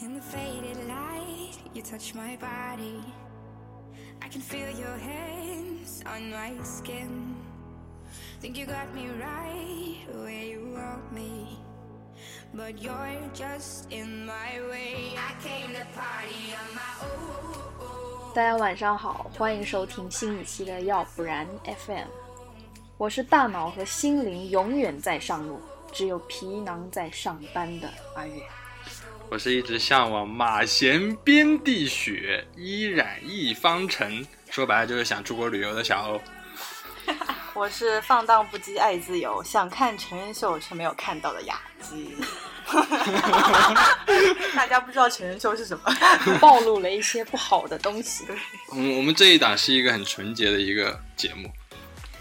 In the faded light, you touch my body. I can feel your hands on my skin. Think you got me right where you want me. But you're just in my way. I came to party on my own. 大家晚上好，欢迎收听新一期的《要不然 FM》，我是大脑和心灵永远在上路，只有皮囊在上班的阿月。我是一直向往马衔边地雪，依染一方尘。说白了就是想出国旅游的小欧。我是放荡不羁、爱自由，想看成人秀却没有看到的雅姬。 大家不知道成人秀是什么？暴露了一些不好的东 西，我们嗯我们这一档是一个很纯洁的一个节目，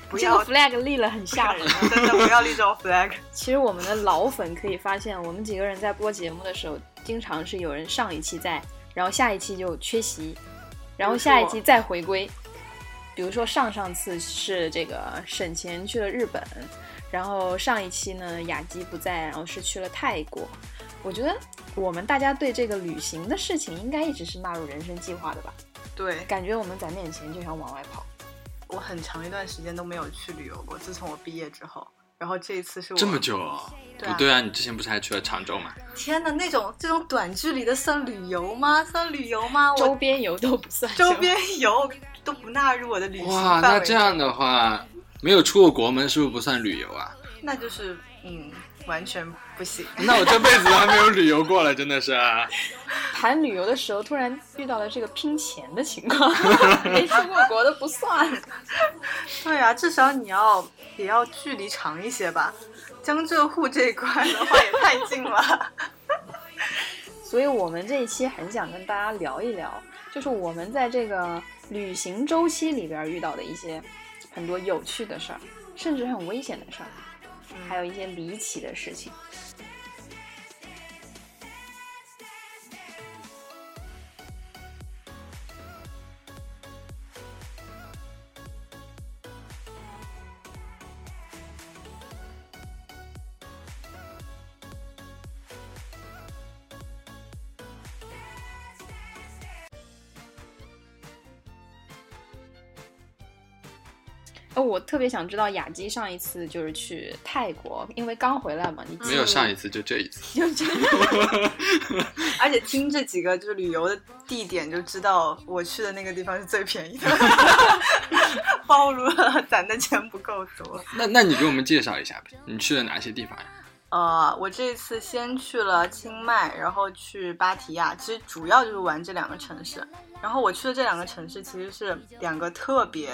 不这个要啊 flag 立了很吓 人。真的不要立这种 flag。其实我们的老粉可以发现，我们几个人在播节目的时候，经常是有人上一期在，然后下一期就缺席，然后下一期再回归。比如说上上次是这个沈前去了日本，然后上一期呢雅姬不在，然后是去了泰国。我觉得我们大家对这个旅行的事情应该一直是纳入人生计划的吧？对，感觉我们在面前就想往外跑。我很长一段时间都没有去旅游过，自从我毕业之后。然后这一次是我这么久、啊？对啊不对啊，你之前不是还去了常州吗？天哪，那种这种短距离的算旅游吗？算旅游吗？周我边游都不算，周边游都不纳入我的旅行哇，范那围这样的话，没有出过国门是不是不算旅游 啊？那就是嗯，完全不行。那我这辈子还没有旅游过了，真的是 啊、谈旅游的时候，突然遇到了这个拼钱的情况，没出过国的不算。对啊，至少你要也要距离长一些吧。江浙沪这一块的话也太近了。所以我们这一期很想跟大家聊一聊，就是我们在这个旅行周期里边遇到的一些很多有趣的事儿，甚至很危险的事儿，还有一些离奇的事情。哦，我特别想知道雅姬上一次就是去泰国，因为刚回来嘛，你没有上一次，就这一次。 就这样。 而且听这几个就是旅游的地点，就知道我去的那个地方是最便宜的， 暴露了攒的钱不够多。那那你给我们介绍一下呗，你去了哪些地方呀、 呃，我这次先去了清迈，然后去芭提雅，其实主要就是玩这两个城市。然后我去的这两个城市其实是两个特别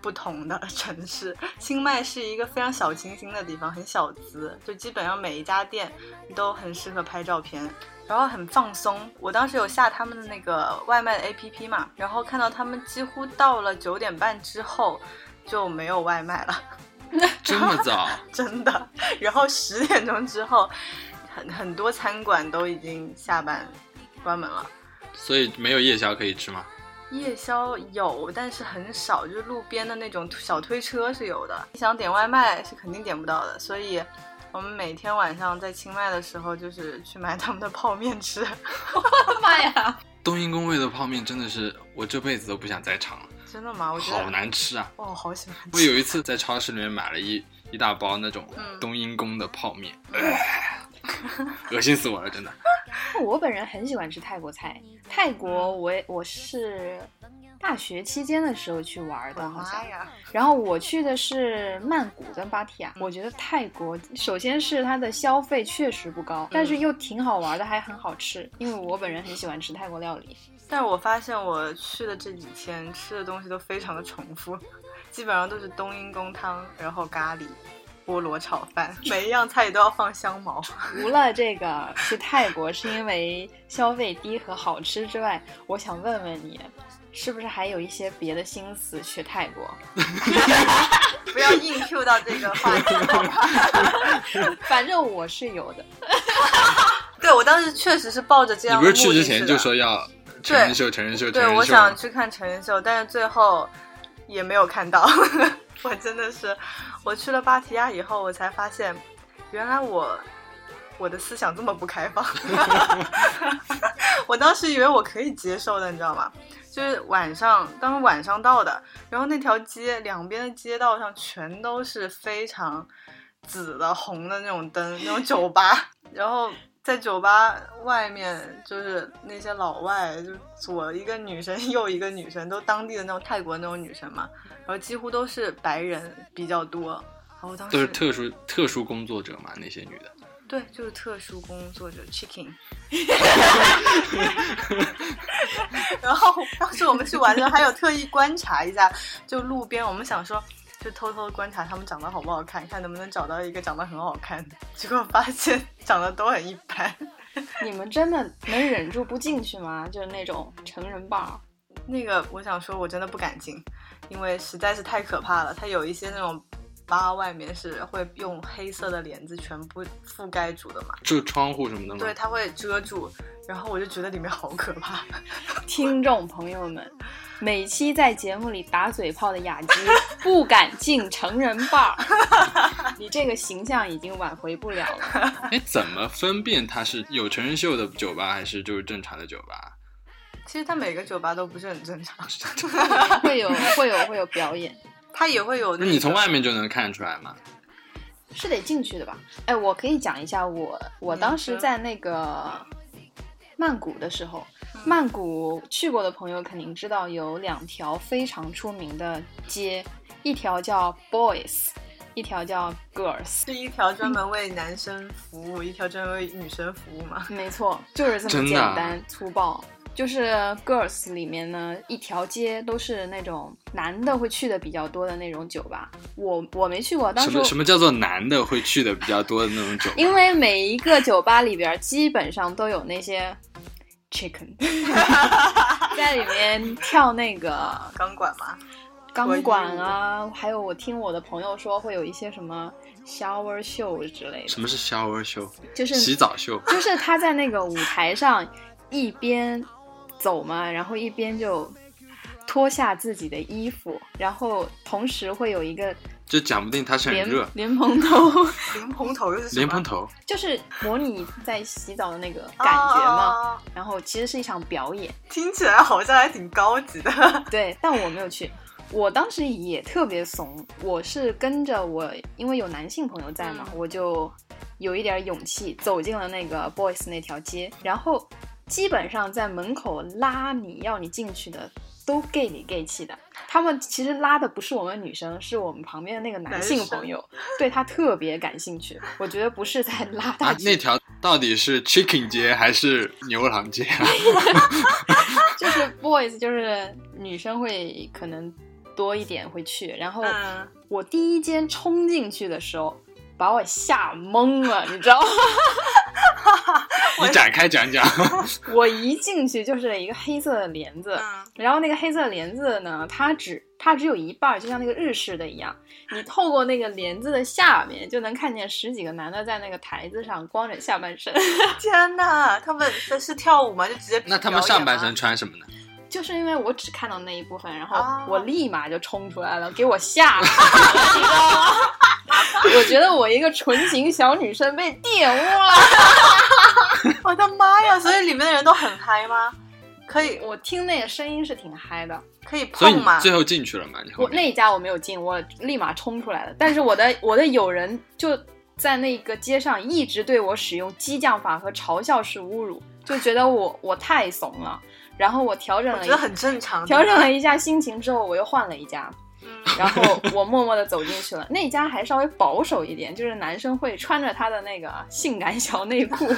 不同的 城市。清迈是一个非常小清新的地方，很小资，就基本上每一家店都很适合拍照片，然后很放松。我当时有下他们的那个外卖的 APP 嘛，然后看到他们几乎到了九点半之后就没有外卖了。这么早？ 真的。然后十点钟之后，很很多餐馆都已经下班关门了。所以没有夜宵可以吃吗？夜宵有，但是很少，就是路边的那种小推车是有的。你想点外卖是肯定点不到的，所以我们每天晚上在清迈的时候，就是去买他们的泡面吃。 妈呀！ 冬阴功味的泡面真的是我这辈子都不想再尝了，真的吗？我觉得好。难吃啊！哦，好喜欢我吃。有一次在超市里面买了一一大包那种嗯冬阴功的泡 面，恶心死我了，真的。我本人很喜欢吃泰国菜，泰国我也我是大学期间的时候去玩我的，的好像妈。呀！然后我去的是曼谷跟芭提雅，我觉得泰国首先是它的消费确实不高，但是又挺好玩的，还很好吃。因为我本人很喜欢吃泰国料理，但是我发现我去的这几天吃的东西都非常的重复，基本上都是冬阴功汤，然后咖喱、菠萝炒饭，每一样菜里都要放香茅。除了这个去泰国是因为消费低和好吃之外，我想问问你，是不是还有一些别的心思去泰国？ 不要硬 Q 到这个话题好吗？ 反正我是有的。对我当时确实是抱着这你样不的是目的去之前的就说要成人秀、成人秀、成对，我人秀想吗？去看成人秀，但是最后也没有看到。 我真的是，我去了芭提雅以后，我才发现，原来我我的思想这么不开放。 我当时以为我可以接受的，你知道吗？就是晚上，当时晚上到的，然后那条街两边的街道上全都是非常紫的、红的那种灯，那种酒吧。然后在酒吧外面，就是那些老外，就左一个女生， 右一个女生，都当地的那种泰国那种女生嘛。然后几乎都是白人比较多。然后我当时都是特殊特殊工作者嘛，那些女的。对，就是特殊工作者 chicken。然后当时我们去玩的时候，还有特意观察一下，就路边我们想说，就偷偷观察他们长得好不好看，看能不能找到一个长得很好看的。结果发现长得都很一般。你们真的能忍住不进去吗？就是那种成人 bar，那个我想说，我真的不敢进，因为实在是太可怕了。它有一些那种吧，外面是会用黑色的帘子全部覆盖住的嘛，就窗户什么的吗？对，它会遮住。然后我就觉得里面好可怕。听众朋友们，每期在节目里打嘴炮的 雅集不敢进成人 bar，你这个形象已经挽回不了 了。哎，怎么分辨它是有成人秀的酒吧，还是就是正常的酒吧？其实它每个酒吧都不是很正常， 会有会有会有表演， 它也会有、那那你从个外面就能看出来吗？是得进去的吧？哎，我可以讲一下我我嗯当时说在那个曼谷的时候，曼谷去过的朋友肯定知道有两条非常出名的街，一条叫 Boys，一条叫 Girls。是一条专门为男生服务，一条专门为女生服务嘛？没 错，就是这真么的简啊单粗暴。就是 Girls 里面呢，一条街都是那种男的会去的比较多的那种酒吧。我我没去过，当什时么我什么叫做男的会去的比较多的那种酒吧？因为每一个酒吧里边儿基本上都有那些 chicken 在里面跳那个 钢管嘛，钢管啊，还有我听我的朋友说会有一些什么 shower show 之类什的，么是 shower show？就是洗澡秀？就是他在那个舞台上一边走嘛，然后一边就脱下自己的衣服，然后同时会有一个就讲不定它是很莲热。莲蓬头， 莲蓬头又是什么？莲蓬头，就是模拟在洗澡的那个啊感觉嘛。啊啊然后其实是一场表演， 听起来好像还挺高级的。 对，但我没有去。我当时也特别怂，我是跟着我，因为有男性朋友在嘛，我就有一点勇气走进了那个 boys 那条街，然后基本上在门口拉你要你进去的都 gay 里 gay 气的。他们其实拉的不是我们女生，是我们旁边的那个男性男生朋友，对他特别感兴趣。我觉得不是在拉啊大，家，那条到底是 chicken 街还是牛郎 街啊？就是 boys，就是女生会可能多一点会去，然后嗯，我第一间冲进去的时候，把我吓懵了，你知道吗？ 你展开讲讲。我一啊进去就是一个黑色的帘子，嗯然后那个黑色帘子呢，它只它只有一半儿，就像那个日式的一样，你透过那个帘子的下面就能看见十几个男的在那个台子上光着下半身， 天哪，他们这是跳舞吗？就直接那他们上半身穿什么呢？就是因为我只看到那一部分，然啊后我立马就冲出来了，给我 吓死了，你知道吗？我觉得我一个纯情小女生被玷污了。表演吗我的妈呀！所以里面的人都很嗨吗？可以我听那个声音是挺嗨的。可以所以碰你吗？最后进去了吗？你后我面那一家我没有进，我立马冲出来了。但是我的我的友人就在那个街上一直对我使用激将法和嘲笑式侮辱，就觉得我我太怂了。然后我调整我了觉一得很正常。调整了一下心情之后，我又换了一家，嗯，然后我默默的走进去了。那一家还稍微保守一点，就是男生会穿着他的那个性感小内裤，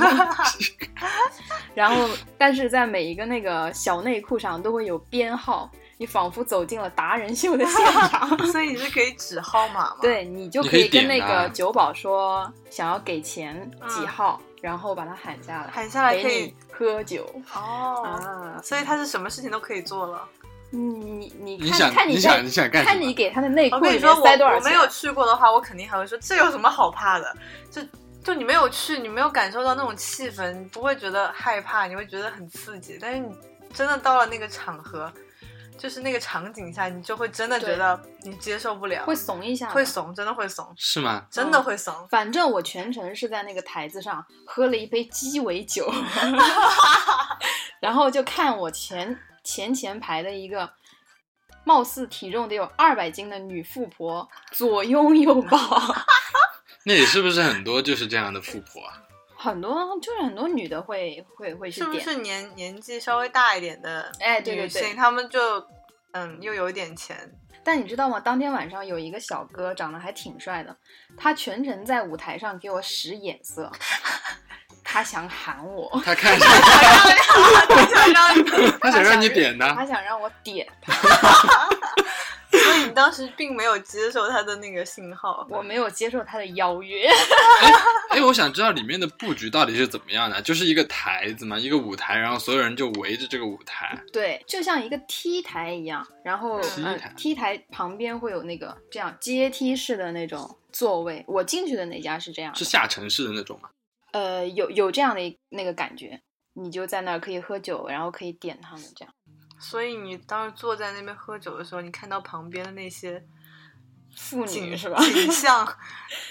然后但是在每一个那个小内裤上都会有编号，你仿佛走进了达人秀的现场。 所以你是可以指号码吗？，对你就你可可以以跟点啊那个的酒保说想要给钱几号，然后把他喊下来，嗯喊下来陪可你以喝酒哦。啊。所以他是什么事情都可以做了。你你你看想看你在想你想干什看你么？给他的内裤我跟里你说，面我塞多少我钱？没有去过的话，我肯定还会说这有什么好怕的？就就你没有去，你没有感受到那种气氛，你不会觉得害怕，你会觉得很刺激。但是你真的到了那个场合，就是那个场景下，你就会真的觉对得你接受不了，会怂一下嗯的，会怂，真的会怂，是吗？真的会怂。反正我全程是在那个台子上喝了一杯鸡尾 酒，然后就看我前前前排的一个貌似体重得有二百斤的女富婆左拥右抱，那里是不是很多就是这样的富婆啊？很多就是很多女的会会会去是不点，是年年纪稍微大一点的哎对对女对性，她们就嗯又有一点钱， 但你知道吗？当天晚上有一个小哥长得还挺帅的，他全程在舞台上给我使眼 色，他想喊我。她看上，就 让你她想让你点的，他想让我点，所以你当时并没有接受他的那个信号。我没有接受他的邀约。哎，我想知道里面的布局到底是怎么样的？就是一个台子嘛，一个舞台，然后所有人就围着这个舞台。 对，就像一个 T 台一样，然后嗯呃 T 台旁边会有那个这样阶梯式的那种座位。我进去的那家是这样的是下沉式的那种嘛？呃，有有这样的一那个感觉，你就在那儿可以喝酒，然后可以点他们这样。所以你当时坐在那边喝酒的时候，你看到旁边的那些妇景女是吧？ 景象，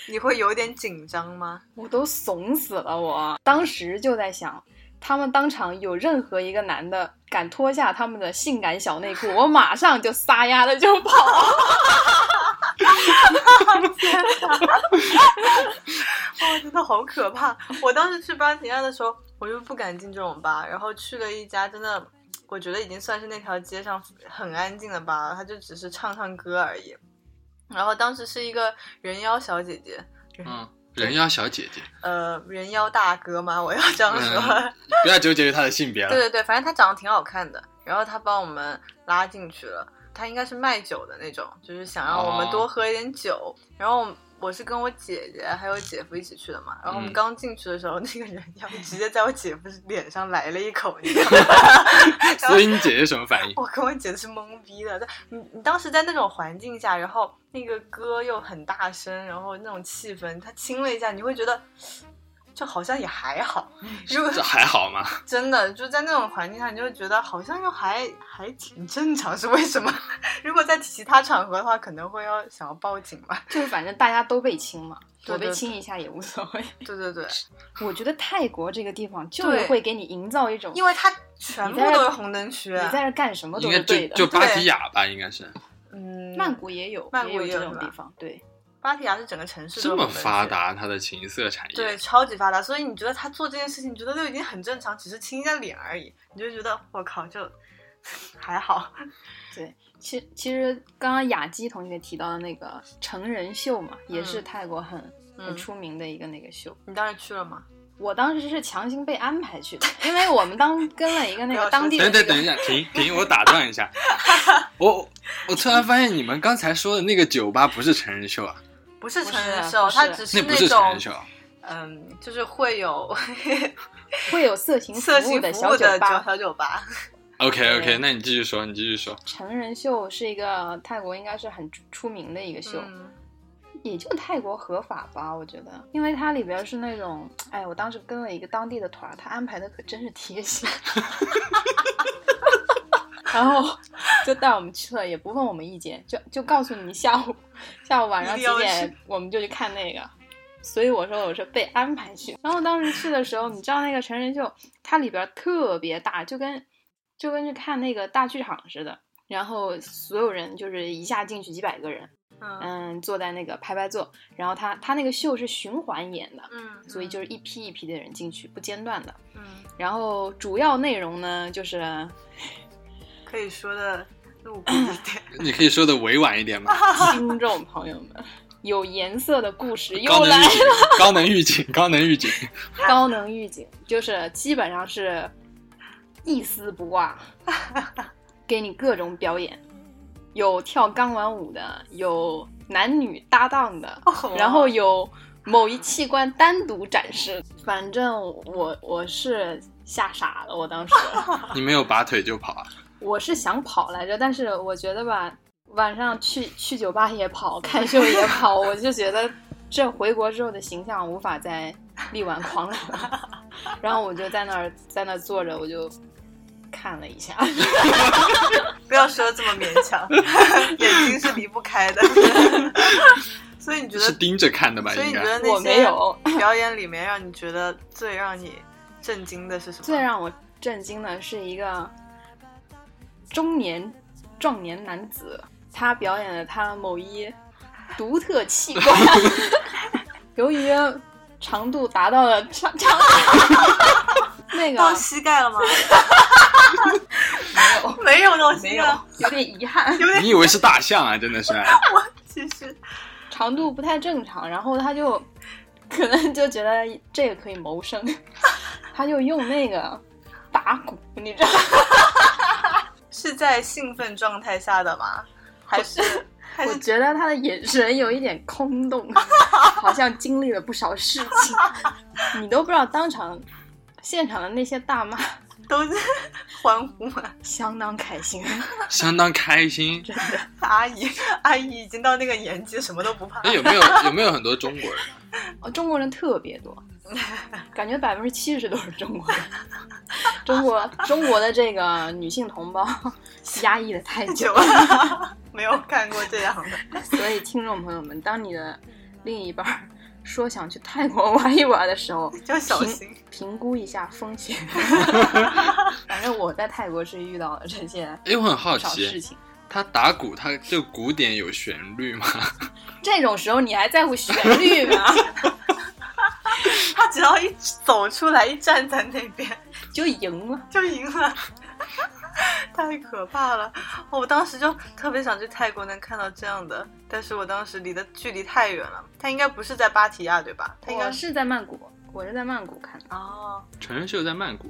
你会有点紧张吗？ 我都怂死了我，当时就在想，他们当场有任何一个男的敢脱下他们的性感小内裤，我马上就撒丫子就跑。 哇， 真的好可怕！我当时去芭提雅的时候，我就不敢进这种吧，然后去了一家真的，我觉得已经算是那条街上很安静的吧了，它就只是唱唱歌而已。然后当时是一个人妖小姐姐，嗯，人妖小姐姐，呃，人妖大哥吗？我要这样说。嗯不要纠结于她的性别对了。对对，反正他长得挺好看的，然后他把我们拉进去了。他应该是卖酒的那种，就是想让我们哦多喝一点酒。然后我是跟我姐姐还有姐夫一起去的嘛。然后我们嗯刚进去的时候，那个人 妖直接在我姐夫脸上来了一口，你知道吗？ 然后所以你姐姐什么反应？我跟我姐是懵逼的。但你你当时在那种环境下，然后那个歌又很大声，然后那种气氛，他亲了一下，你会觉得 就好像也还好。 如果这还好吗？真的就在那种环境下，你就会觉得好像又还还挺正常，是为什么？ 如果在其他场合的话，可能会要想要报警吧。就是反正大家都被亲嘛，对我对被亲一下也无所谓。对对对，我觉得泰国这个地方就是对会给你营造一种因为它全你部在都是红灯区你。在这干什么都应该是就对的。就芭提雅吧，应该是嗯，曼谷也有，曼谷也有也这有是种吧地方，对，芭提雅是整个城市都这是么红灯区发，达，它的情色产业。哎对，超级发达。所以你觉得他做这件事情，你觉得都已经很正常，只是亲一下脸而已，你就觉得我靠，就 还好。其其实刚刚雅姬同学提到的那个成人秀嘛，也是嗯泰国很、很嗯出名的一个那个秀。你当时去了吗？我当时是强行被安排 去的，因为我们当跟了一个那不个要当地的、等那个等等一下，停停，我打断一 下。我我突然发现你们刚才说的那个酒吧不是成人秀啊，不是不成人是秀，不它是只是那不是成种人秀啊，嗯，就是会有会有色情色服务情的服小务酒的吧小，小酒吧。 OK OK，对那你继续说，你继续说。成人秀是一个泰国应该是很出出名的一个秀，嗯也就泰国合法吧，我觉得，因为它里边是那种，哎，我当时跟了一个当地的团儿，他安排的可真是贴心， 然后就带我们去了，也不问我们意见，就就告诉你下午下午晚上一几定要点去我们就去看那个。所以我说我是被安排去，然后当时去的时候，你知道那个成人秀，它里边特别大，就跟就跟去看那个大剧场似的，然后所有人就是一下进去几百个人，嗯嗯，坐在那个排排坐，然后他他那个秀是循环演的，嗯，所以就是一批一批的人进去，不间断的。嗯，然后主要内容呢， 就是可以说的露骨一点。你可以说的委婉一点 吗？啊听众朋友们，有颜色的故事高又能来预警，高能预警，高能预警。 高能预警，就是基本上是一丝不 挂，给你各种表演，有跳钢管舞的，有男女搭档的， 然后有某一器官单独展示。反正我我是吓傻了，我当 时你没有拔腿就跑啊？我是想跑来着，但是我觉得吧，晚上去去酒吧也跑，看秀也跑，我就觉得这回国之后的形象无法 再力挽狂澜了。然后我就在那儿在那儿坐着，我就。看了一下， 不要说这么勉 强，眼睛是离不开的。 所 以你觉得是盯着看的吧？所以应你觉该得 我那没些有。表演里面让你觉得最让你震惊的是什么？最让我震惊的是一个中年壮年男子，他表演了他某一独特器官， 由于长度达到了长长那个到膝盖了吗？ 没有没有到膝没盖有，，有点遗憾，你以为是大象啊？真的是，其实长度不太正常，然后他就可能就觉得这个可以谋生，他就用那个打鼓，你知道吗？是在兴奋状态下的吗？还是还我是觉得他的眼神有一点空 洞，好像经历了不少事情，你都不知道当场现场的那些大妈都欢呼吗？相当开心，相当开心。真的。阿姨，阿姨已经到那个年纪，什么都不怕哎那。有没有有没有很多中国人？哦，中国人特别多，感觉百分之七十都是中国人。中国中国的这个女性同 胞压抑的太久久了，了， 没有看过这样的。所以听众朋友们，当你的另一半儿说想去泰国玩一玩的时候，就小心。评估一下风险。反正我在泰国是遇到了这些哎，我很不好少事奇，情。他打鼓，他就鼓点有旋律吗？这种时候你还在乎旋律吗？ 他只要一走出来，一站在那边 就赢了。就赢了， 太可怕了！哦我当时就特别想去泰国能看到这样的，但是我当时离的距离太远了。他应该不是在芭提雅对吧？他应该我是在曼谷，我是在曼谷看的。哦，成人秀在曼谷，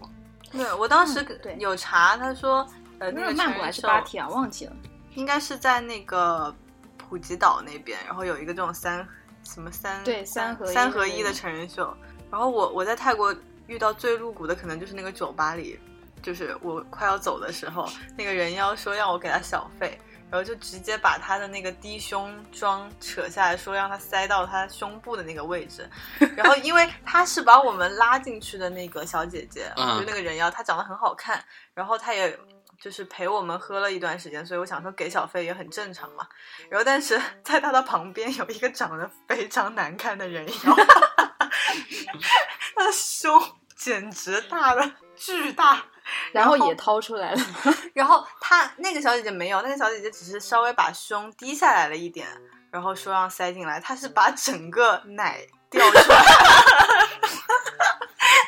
对我当时嗯对有查，他说呃那那个是曼谷还是成人芭秀提雅？忘记了。应该是在那个普吉岛那边，然后有一个这种三什么三对三合一三的合那一的个成人秀。然后我我在泰国遇到最露骨的，可能就是那个酒吧里，就是我快要走的时候，那个人妖说让我给他小费，然后就直接把他的那个低胸装扯下来，说让他塞到他胸部的那个位置。然后因为他是把我们拉进去的那个小姐姐，嗯就那个人妖，她长得很好看，然后她也就是陪我们喝了一段时间，所以我想说给小费也很正常嘛。然后但是 在他的旁边有一个长得非常难看的人妖，他的胸简直大的巨大。然后然后也掏出来了，然后她那个小姐姐没有，那个小姐姐只是稍微把胸低下来了一点，然后说让塞进来，她是把整个奶掉出来。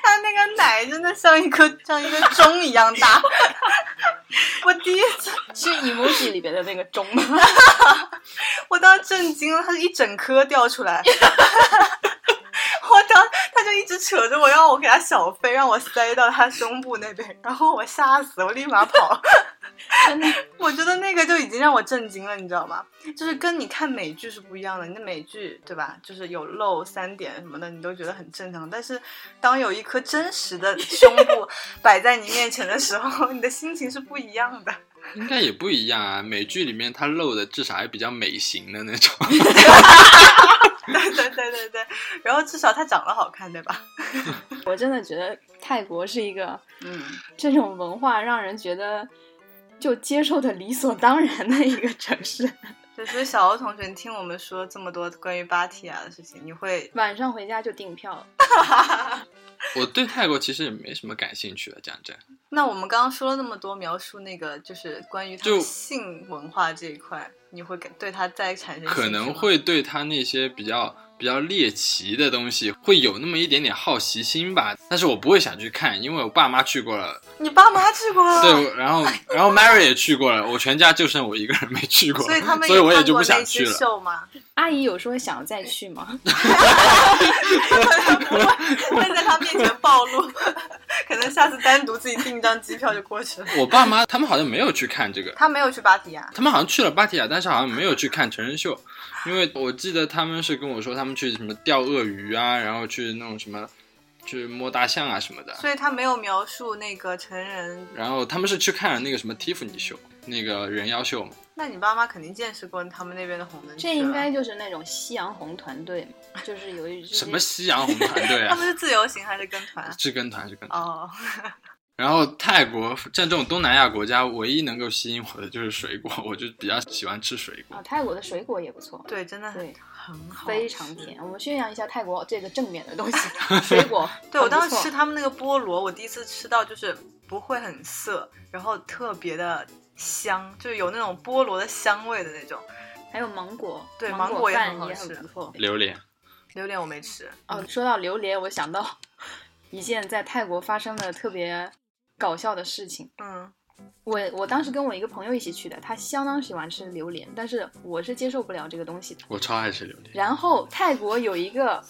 她那个奶真的像一颗像一个钟一样大， 我第一次是 emoji 里边的那个钟吗？我当时震惊了，他是一整颗掉出来。 我当他就一直扯着我，让我给他小费，让我塞到他胸部那边，然后我吓死，我立马跑。真的，我觉得那个就已经让我震惊了，你知道吗？就是跟你看美剧是不一样的，你的美剧对吧？就是有露三点什么的，你都觉得很正常。但是当有一颗真实的胸 部摆在你面前的时候，你的心情是不一样的。 应该也不一样啊。美剧里面他露的至少还比较美型的那种。 对对对对对，然后至少他长得好看，对吧？我真的觉得 泰国是一个嗯，这种文化让人觉得就接受的理所当然的一个城市。对，所以小欧同学，你听我们说这么多关于芭提雅的事情，你会晚上回家就订票了，我对泰国其实也没什么感兴趣了，讲真。那我们刚刚说了那么多描述那个就是关于他就们性文化这一块，你会感对他再产生可兴趣吗能会对他那些比较比较猎奇的东西会有那么一点点好奇心吧，但是我不会想去看，因为我爸妈去过了，你爸妈去过了，对，然后哎然后 Mary 也去过了，我全家就剩我一个人没去过，所以他们所以我也看就过不那想些去了。秀吗？ 阿姨有说想再去吗？会在他面前暴露， 可能下次单独自己订一张机票就过去了。 我爸妈他们好像没有去看这个，他没有去芭提雅，他们好像去了芭提雅，但是好像没有去看成人秀，因为我记得他们是跟我说他们去什么钓鳄鱼啊，然后去那种什么去摸大象啊什么的，所以他没有描述那个成人。然后他们是去看了那个什么蒂芙尼秀，那个人妖秀嗯嘛。那你爸妈肯定见识过他们那边的红灯区啊这了应该就是那种夕阳红团队嘛，就是有一什么夕阳红团队 啊？他们是自由行还是跟团？啊是跟团是跟团。哦，然后泰国像这种东南亚国家，唯一能够吸引我的就是水果，我就比较喜欢吃水果啊，。泰国的水果也不错，对，真的对，很好，非常。甜。我们宣扬一下泰国这个正面的 东西，水果很不错。对我当时吃他们那个菠萝，我第一次吃到就是不会很涩，然后特别的香，就是有那种菠萝的香味的那种。还有芒果，对芒芒果也饭很好也很吃不错。榴莲，榴莲我没吃，哦，说到榴莲，我想到 一件在泰国发生的特别搞笑的事情。嗯我我当时跟我一个朋友一起去的，他相当喜欢吃榴莲，但是我是接受不了这个东西的。我超爱吃榴莲。然后泰国有一个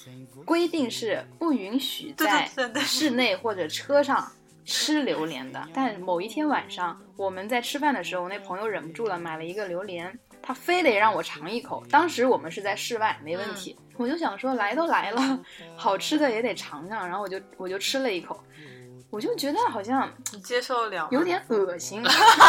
规定是不允许对在对对对室内或者车上吃榴莲的。但某一天晚上，我们在吃饭的时候，那朋友忍不住了，买了一个榴莲，他非得让我尝一口。当时我们是在室外，没问题。我就想说，来都来了，好吃的也得尝尝。然后我就我就吃了一口，我就觉得好像你接受得了吗？有点恶心，啊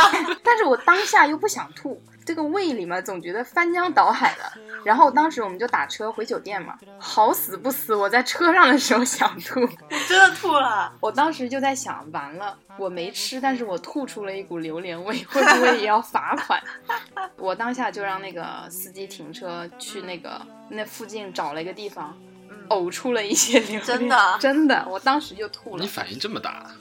但是我当下又不想吐，这个胃里面总觉得翻江倒海的。然后当时我们就打车回酒店嘛，好死不死，我在车上的时候想吐， 真的吐了。我当时就在想，完了，我没吃，但是我吐出了一股榴莲味，会不会也要罚款？ 我当下就让那个司机停车去那个那附近找了一个地方，嗯，呕出了一些榴莲，真的 真的，我当时就吐了你。反应这么大，啊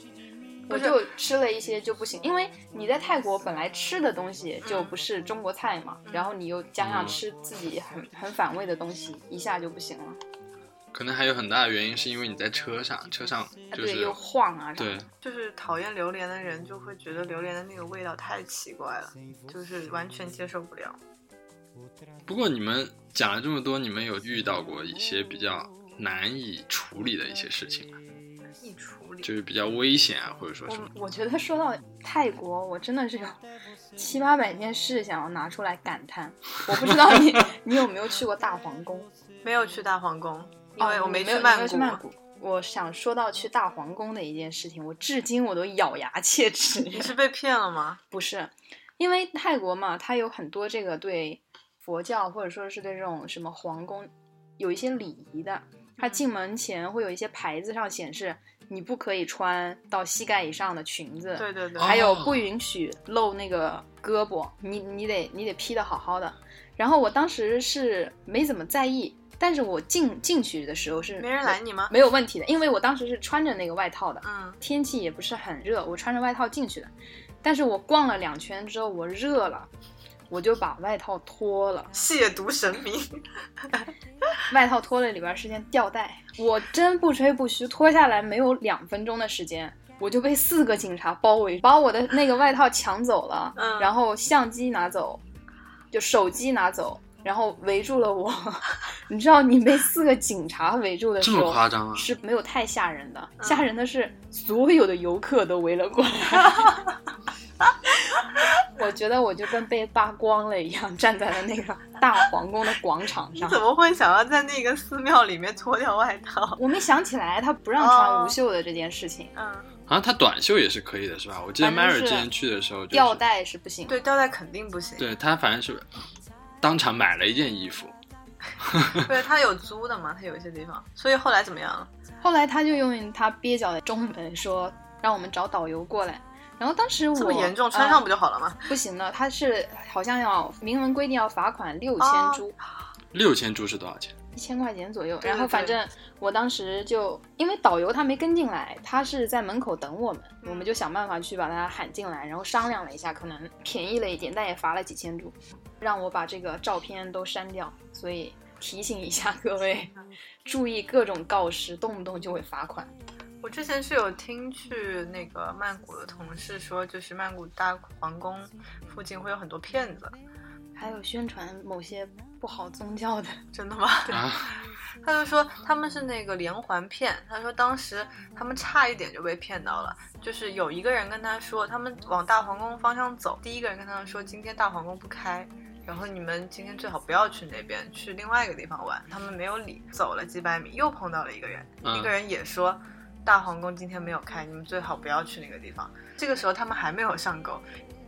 我就吃了一些就不行，因为你在泰国本来吃的东西就不是中国菜嘛，嗯然后你又加嗯上吃自己很很反胃的东西，一下就不行了。可能还有很大的原因是因为你在车上，车上啊就对，是又晃啊啥对的。，就是讨厌榴莲的人就会觉得榴莲的那个味道太奇怪了，就是完全接受不了。不过你们讲了这么多，你们有遇到过一些比较难以处理的一些事情吗？易处理，就是比较危险啊，或者说什么？我我觉得说到泰国，我真的是有七八百件事想要拿出来感叹。我不知道 你你有没有去过大皇宫？没有去大皇宫，因为哦我你去有曼没有谷。去曼谷。我想说到去大皇宫的一件事情，我至今我都咬牙切齿。你是被骗了吗？不是，因为泰国嘛，它有很多这个对佛教或者说是对这种什么皇宫有一些礼仪的。它进门前会有一些牌子上显示你不可以穿到膝盖以上的裙子，对对对，哦还有不允许露那个胳膊，你你得你得披得好好的。然后我当时是没怎么在意，但是我进进去的时候是没人拦你吗？没有问题的，因为我当时是穿着那个外套的，嗯，天气也不是很热，我穿着外套进去的。但是我逛了两圈之后，我热了，我就把外套脱了。亵渎神明。 外套脱了，里边是件吊带。我真不吹不虚，脱下来没有两分钟的时间，我就被四个警察包围，把我的那个外套抢走了，嗯然后相机拿走，就手机拿走，然后围住了我。 你知道，你被四个警察围住的时这候，么夸张啊？是没有太吓人的，嗯吓人的是所有的游客都围了过来。 我觉得我就跟被扒光了一样，站在了那个大皇宫的广场 你上怎。么会想要在那个寺庙里面脱掉外套？ 我没想起来他不哦让穿无袖的这件事情，嗯，好像它啊短袖也是可以的，是吧？我记得反正 Mary 是之前去的时候、就是，吊，带是不行。对，吊带肯定不行。对她反正是当场买了一件衣服，对，他有租的嘛，他有一些地方。所以后来怎么样了？后来他就用他蹩脚的中文说，让我们找导游过来。然后当时我这么严重，穿上呃不啊就好了吗？不行的，他是好像要明文规定要罚款六千哦铢。六千铢是多少钱？一千块钱左右。对然后对反对正我当时就因为导游他没跟进来，他是在门口等我们，嗯我们就想办法去把他喊进来，然后商量了一下，可能便宜了一点，但也罚了几千铢，让我把这个照片都删掉。所以提醒一下各位，注意各种告示，动不动就会罚款。 我之前是有听去那个曼谷的同事说，就是曼谷大皇宫附近会有很多骗子，还有宣传某些不好宗教的， 真的吗？ 啊，他就说他们是那个连环骗，他说当时他们差一点就被骗到了，就是有一个人跟他说，他们往大皇宫方向走，第一个人跟他说今天大皇宫不开。然后你们今天最好不要去那边，去另外一个地方玩。他们没有理，走了几百米，又碰到了一个人，嗯那个人也说大皇宫今天没有开，你们最好不要去那个地方。这个时候他们还没有上钩，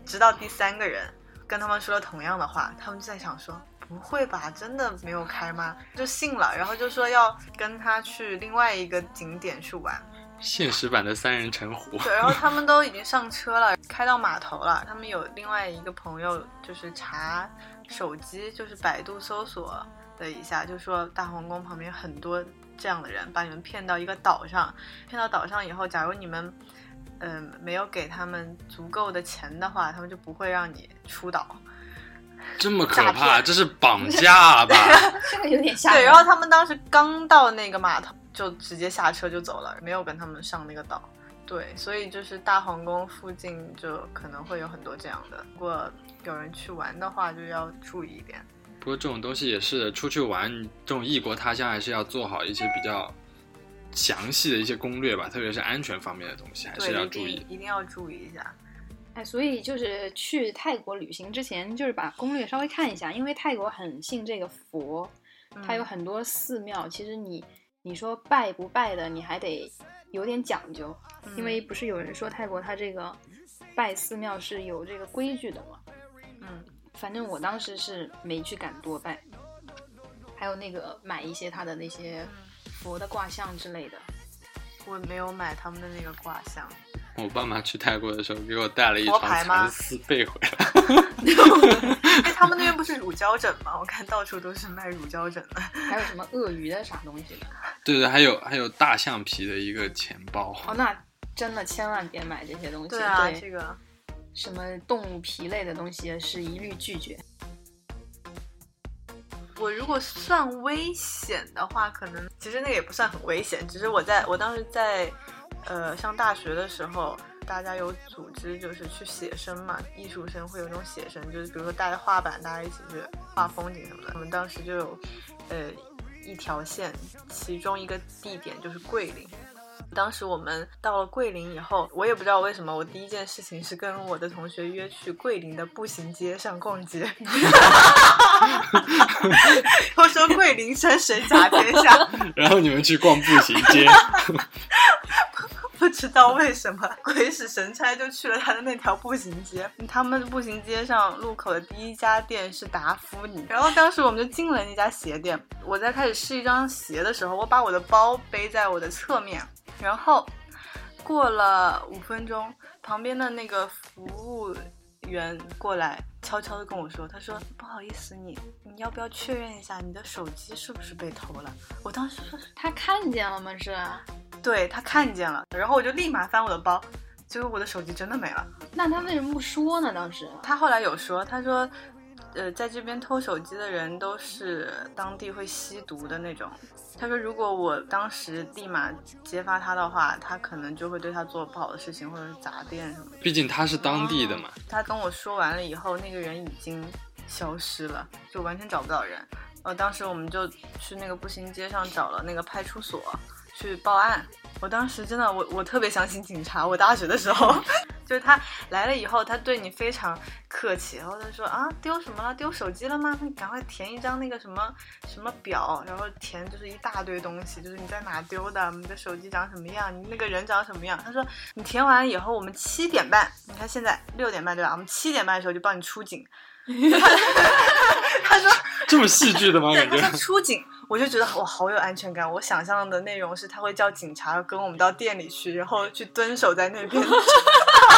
直到第三个人跟他们说了同样的话，他们就在想说。不会吧？真的没有开吗？就信了，然后就说要跟他去另外一个景点去玩。嗯现实版的三人成虎。对，然后他们都已经上车了，开到码头了。他们有另外一个朋友，就是查手机，就是百度搜索了一下，就说大皇宫旁边很多这样的人，把你们骗到一个岛上，骗到岛上以后，假如你们嗯、没有给他们足够的钱的话，他们就不会让你出岛。这么可诈怕，骗这是绑架 吧？这个有点吓对，人。然后他们当时刚到那个码头，就直接下车就走了，没有跟他们上那个岛。对，所以就是大皇宫附近就可能会有很多这样的，如果有人去玩的话，就要注意一点。不过这种东西也是出去玩，这种异国他乡还是要做好一些比较详细的一些攻略吧，特别是安全方面的东西还是对，要一注定意。一定要注意一下。哎，所以就是去泰国旅行之前，就是把攻略稍微看一下，因为泰国很信这个佛，嗯它有很多寺庙。其实你你说拜不拜的，你还得有点讲究，嗯因为不是有人说泰国它这个拜寺庙是有这个规矩的嘛？嗯，反正我当时是没去敢多拜，还有那个买一些它的那些佛的卦象之类的。我没有买他们的那个卦象，我爸妈去泰国的时候给我带了一佛床牌吗蚕丝被回来，因为他们那边不是乳胶枕吗？我看到处都是卖乳胶枕的。还有什么鳄鱼的啥东西的？对对，还有还有大象皮的一个钱包，哦，那真的千万别买这些东西。对啊，这个什么动物皮类的东西是一律拒绝。我如果算危险的话，可能其实那个也不算很危险，只是我在我当时在呃上大学的时候，大家有组织就是去写生嘛，艺术生会有那种写生，就是比如说带着画板，大家一起去画风景什么的。我们当时就有呃一条线，其中一个地点就是桂林。当时我们到了桂林以后，我也不知道为什么，我第一件事情是跟我的同学约去桂林的步行街上逛街。都说桂林山水甲天下， 然后你们去逛步行 街，不知道为什么鬼使神差就去了他的那条步行街。他们步行街上路口的第一家店是达芙妮，然后当时我们就进了那家鞋店。我在开始试一双鞋的时候，我把我的包背在我的侧面，然后过了五分钟，旁边的那个服务员过来，悄悄的跟我说，他说不好意思，你你要不要确认一下你的手机是不是被偷了？我当时说他看见了吗？是，啊对他看见了，然后我就立马翻我的包，结果我的手机真的没了。那他为什么不说呢？当时啊他后来有说，他说，呃，在这边偷手机的人都是当地会吸毒的那种。他说，如果我当时立马揭发他的话，他可能就会对他做不好的事情，或者是砸店什么的。毕竟他是当地的嘛。他跟我说完了以后，那个人已经消失了，就完全找不到人。呃，当时我们就去那个步行街上找了那个派出所去报案。我当时真的，我我特别相信警察。我大学的时候，就是他来了以后，他对你非常客气，然后他说啊，丢什么了？丢手机了吗？那你赶快填一张那个什么什么表，然后填就是一大堆东西，就是你在哪丢的，你的手机长什么样，你那个人长什么样。他说你填完以后，我们七点半，你看现在六点半对吧？我们七点半的时候就帮你出警。他说这么戏剧的吗？对，感他 觉说出警，我就觉得我好有安全感。我想象的内容是他会叫警察跟我们到店里去，然后去蹲守在那边。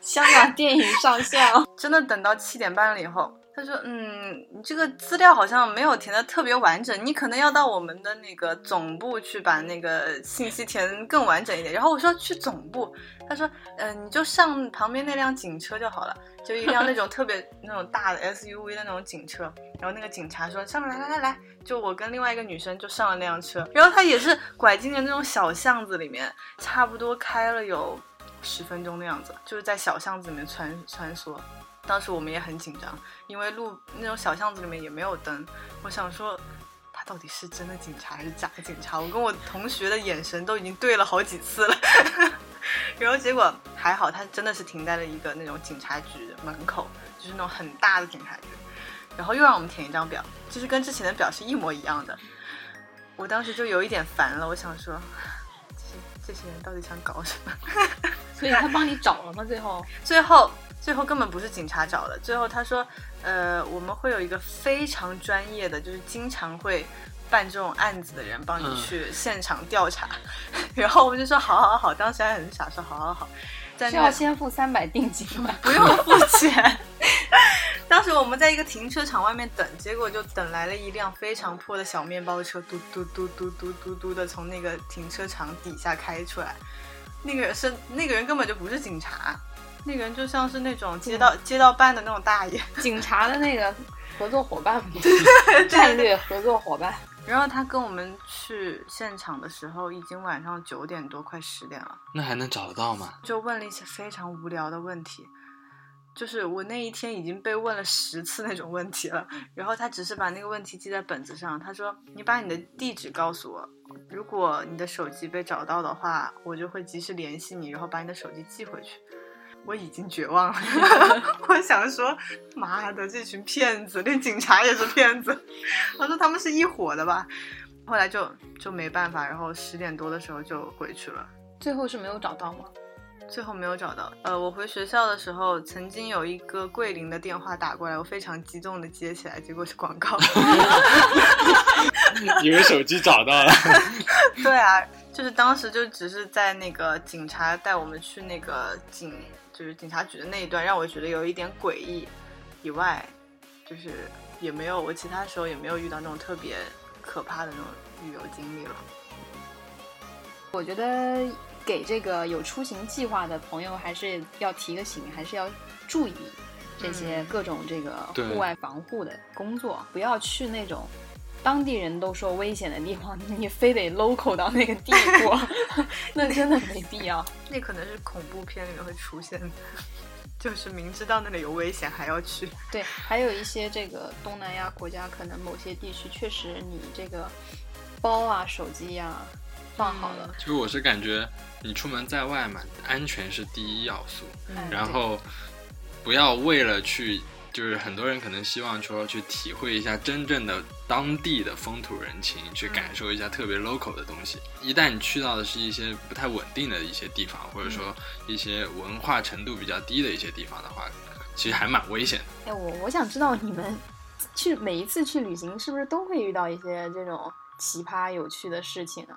香港电影上线哦了，真的等到七点半了以后，他说：“嗯，你这个资料好像没有填的特别完整，你可能要到我们的那个总部去把那个信息填更完整一点。”然后我说：“去总部？”他说：“嗯、你就上旁边那辆警车就好了，就一辆那种特别那种大的 SUV 的那种警车。”然后那个警察说：“上来来来来！”就我跟另外一个女生就上了那辆车，然后他也是拐进了那种小巷子里面，差不多开了有十分钟的样子，就是在小巷子里面穿穿梭。当时我们也很紧张，因为路那种小巷子里面也没有灯。我想说，他到底是真的警察还是假警察？我跟我同学的眼神都已经对了好几次了。 然后结果还好，他真的是停在了一个那种警察局门口，就是那种很大的警察局。然后又让我们填一张表，就是跟之前的表是一模一样的。我当时就有一点烦了，我想说， 这些这些人到底想搞什么？ 所以他帮你找了吗？最后最后最后根本不是警察找的，最后他说，呃，我们会有一个非常专业的，就是经常会办这种案子的人帮嗯你去现场调查。 然后我们就说好好好，当时还很傻，说好好好，在是那要先付三百定金吗？不用付钱。当时我们在一个停车场外面等，结果就等来了一辆非常破的小面包车，嘟嘟嘟嘟嘟嘟嘟的从那个停车场底下开出来。那个人是那个人根本就不是警察，那个人就像是那种街道、街道办的那种大爷。 警察的那个合作伙伴吗？战略合作伙伴。然后他跟我们去现场的时候，已经晚上九点多，快十点了。那还能找得到 吗？就问了一些非常无聊的问题，就是我那一天已经被问了十次那种问题了。然后他只是把那个问题记在本子上，他说：“你把你的地址告诉我，如果你的手机被找到的话，我就会及时联系你，然后把你的手机寄回去。”我已经绝望了， 我想说，妈的，这群骗子，连警察也是骗子。我说他们是一伙的吧？后来就就没办法，然后十点多的时候就回去了。最后是没有找到吗？最后没有找到。呃，我回学校的时候，曾经有一个桂林的电话打过来，我非常激动的接起来，结果是广告。 以为手机找到了，对啊，就是当时就只是在那个警察带我们去那个警，就是警察局的那一段，让我觉得有一点诡异，以外，就是也没有我其他时候也没有遇到那种特别可怕的那种旅游经历了。我觉得给这个有出行计划的朋友还是要提个醒，还是要注意这些嗯各种这个对户外防护的工作，不要去那种当地人都说危险的地方，你非得 local 到那个地步， 那真的没必要。那可能是恐怖片里面会出现的， 就是明知道那里有危险还要去。对，还有一些这个东南亚国家，可能某些地区确实你这个包啊、手机呀、放好了， 就是我是感觉你出门在外嘛，安全是第一要素，嗯然后不要为了去。就是很多人可能希望说去体会一下真正的当地的风土人情，嗯去感受一下特别 local 的东西。一旦你去到的是一些不太稳定的一些地方，嗯或者说一些文化程度比较低的一些地方的话，其实还蛮危险的。哎，我我想知道你们去每一次去旅行，是不是都会遇到一些这种奇葩有趣的事情啊？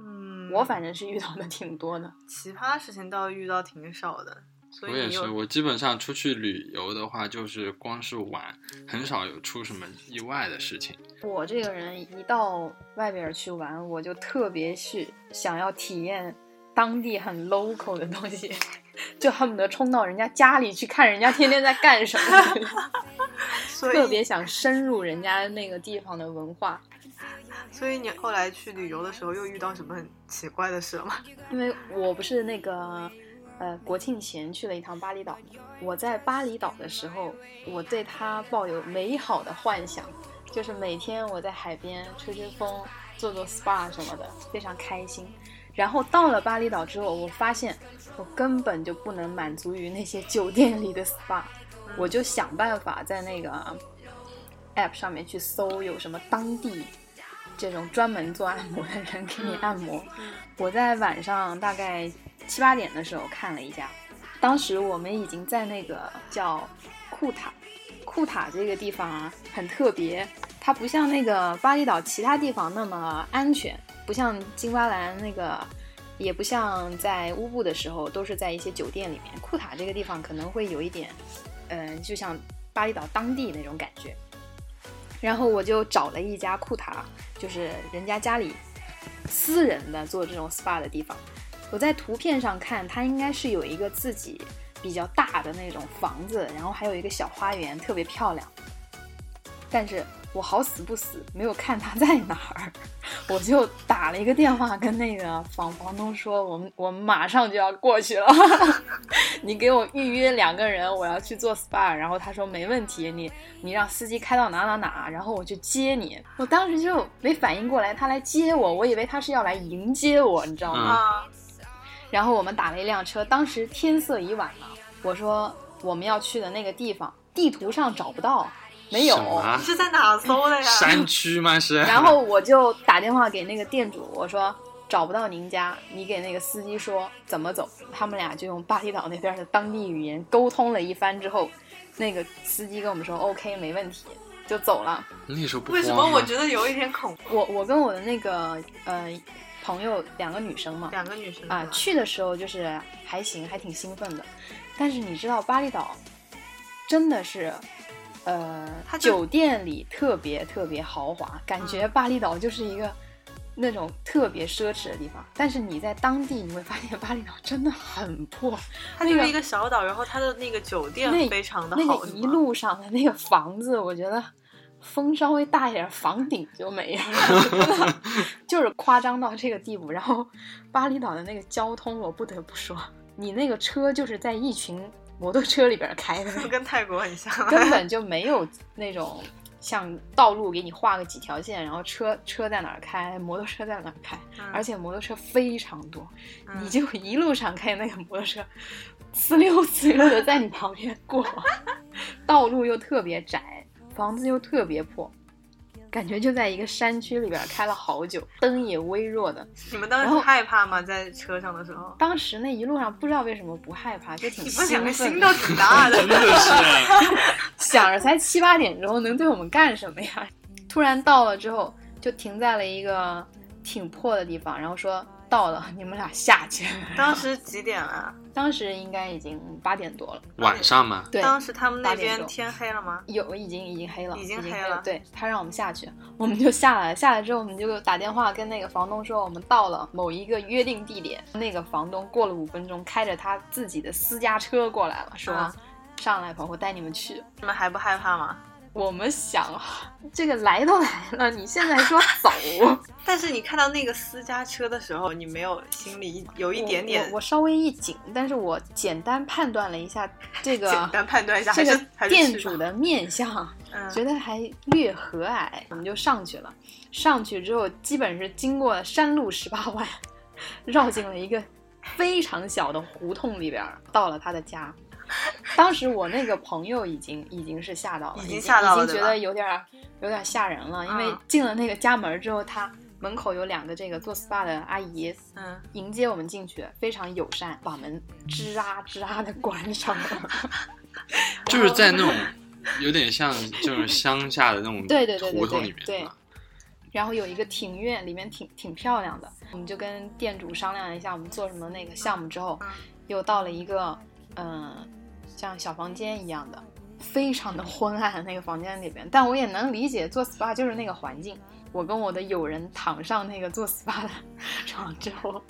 嗯，我反正是遇到的挺多的。奇葩事情倒遇到挺少的，所以我也你是，有我基本上出去旅游的话，就是光是玩，很少有出什么意外的事情。我这个人一到外边儿去玩，我就特别去想要体验当地很 local 的东西， 就恨不得冲到人家家里去看人家天天在干什 么，所特别以想深入人家那个地方的文化。所以你后来去旅游的时候又遇到什么很奇怪的事了吗？因为我不是那个呃国庆前去了一趟巴厘岛嘛，我在巴厘岛的时候，我对它抱有美好的幻想，就是每天我在海边吹吹风、做做 SPA 什么的，非常开心。然后到了巴厘岛之后，我发现我根本就不能满足于那些酒店里的 SPA，我就想办法在那个 App 上面去搜有什么当地这种专门做按摩的人给你按摩。我在晚上大概七八点的时候看了一下，当时我们已经在那个叫库塔，库塔这个地方啊很特别，它不像那个巴厘岛其他地方那么安全，不像金巴兰那个。也不像在乌布的时候，都是在一些酒店里面。库塔这个地方可能会有一点，嗯、就像巴厘岛当地那种感觉。然后我就找了一家库塔，就是人家家里私人的做这种 SPA 的地方。我在图片上看，它应该是有一个自己比较大的那种房子，然后还有一个小花园，特别漂亮。但是我好死不死没有看它在哪儿，我就打了一个电话跟那个房房东说，我们我们马上就要过去了， 你给我预约两个人，我要去做 SPA。然后他说没问题，你你让司机开到哪哪哪，然后我去接你。我当时就没反应过来，他来接我，我以为他是要来迎接我，你知道吗？嗯啊，然后我们打了一辆车，当时天色已晚了。我说我们要去的那个地方，地图上找不到，没有什。么 你是在哪搜的呀？山区吗？是。然后我就打电话给那个店主，我说找不到您家，你给那个司机说怎么走。他们俩就用巴厘岛那边的当地语言沟通了一番之后，那个司机跟我们说 OK 没问题。就走了。你那时候不 为什么慌吗我觉得有一点恐怖？我我跟我的那个呃朋友两个女生嘛，两个女生啊，去的时候就是还行，还挺兴奋的。但是你知道巴厘岛真的是，呃它，就嗯酒店里特别特别豪华，感觉巴厘岛就是一个那种特别奢侈的地方。但是你在当地你会发现巴厘岛真的很破，它就是那一个小岛，然后它的那个酒店那非常的那好，个一路上的那个房子，我觉得风稍微大一点，房顶就没了， 真的就是夸张到这个地步。然后巴厘岛的那个交通，我不得不说，你那个车就是在一群摩托车里边开 的，跟泰国很像。根本就没有那种像道路给你画个几条线，然后车车在哪儿开，摩托车在哪儿开，嗯而且摩托车非常多，嗯你就一路上开那个摩托车，呲溜呲溜的在你旁边过，道路又特别窄，房子又特别破，感觉就在一个山区里边开了好久，灯也微弱的。你们当然后时害怕吗？在车上的时候，当时那一路上不知道为什么不害怕， 就挺你们两个兴奋心的都，挺大的。 真的是，啊想着才七八点钟能对我们干什么呀？突然到了之后，就停在了一个挺破的地方，然后说到了，你们俩下去。当时几点啊？当时应该已经八点多了， 晚上嘛，对，当时他们那八点边钟天黑了吗？有已经已经黑了，已已经经黑了了。对他让我们下去，我们就下来了。下来之后，我们就打电话跟那个房东说我们到了某一个约定地点。那个房东过了五分钟，开着他自己的私家车过来了，说、啊上来，朋友带你们去。你们还不害怕吗？我们想，啊这个来都来了，你现在说 走，但是你看到那个私家车的时候，你没有心里一有一点我点我我稍微一紧，但是我简单判断了一下这个简单判断一下，这还个是还是店去吧主的面相，嗯觉得还略和蔼，我们就上去了。上去之后，基本是经过山路十八弯，绕进了一个非常小的胡同里边儿，到了他的家。当时我那个朋友已经已经是吓到了，已已经吓到了已经对觉吧得有点儿有点儿吓人了，因为嗯进了那个家门之后，他门口有两个这个做 SPA 的阿姨 嗯，迎接我们进去，非常友善，把门吱啊吱啊的关上了。就是在那种有点像这种乡下的那种对对对对对胡同里面对嘛，然后有一个庭院，里面挺挺漂亮的。我们就跟店主商量了一下，我们做什么那个项目之后嗯，又到了一个嗯、像小房间一样的，非常的昏暗的那个房间里边。但我也能理解，做 SPA 就是那个环境。我跟我的友人躺上那个做 SPA 的床之后，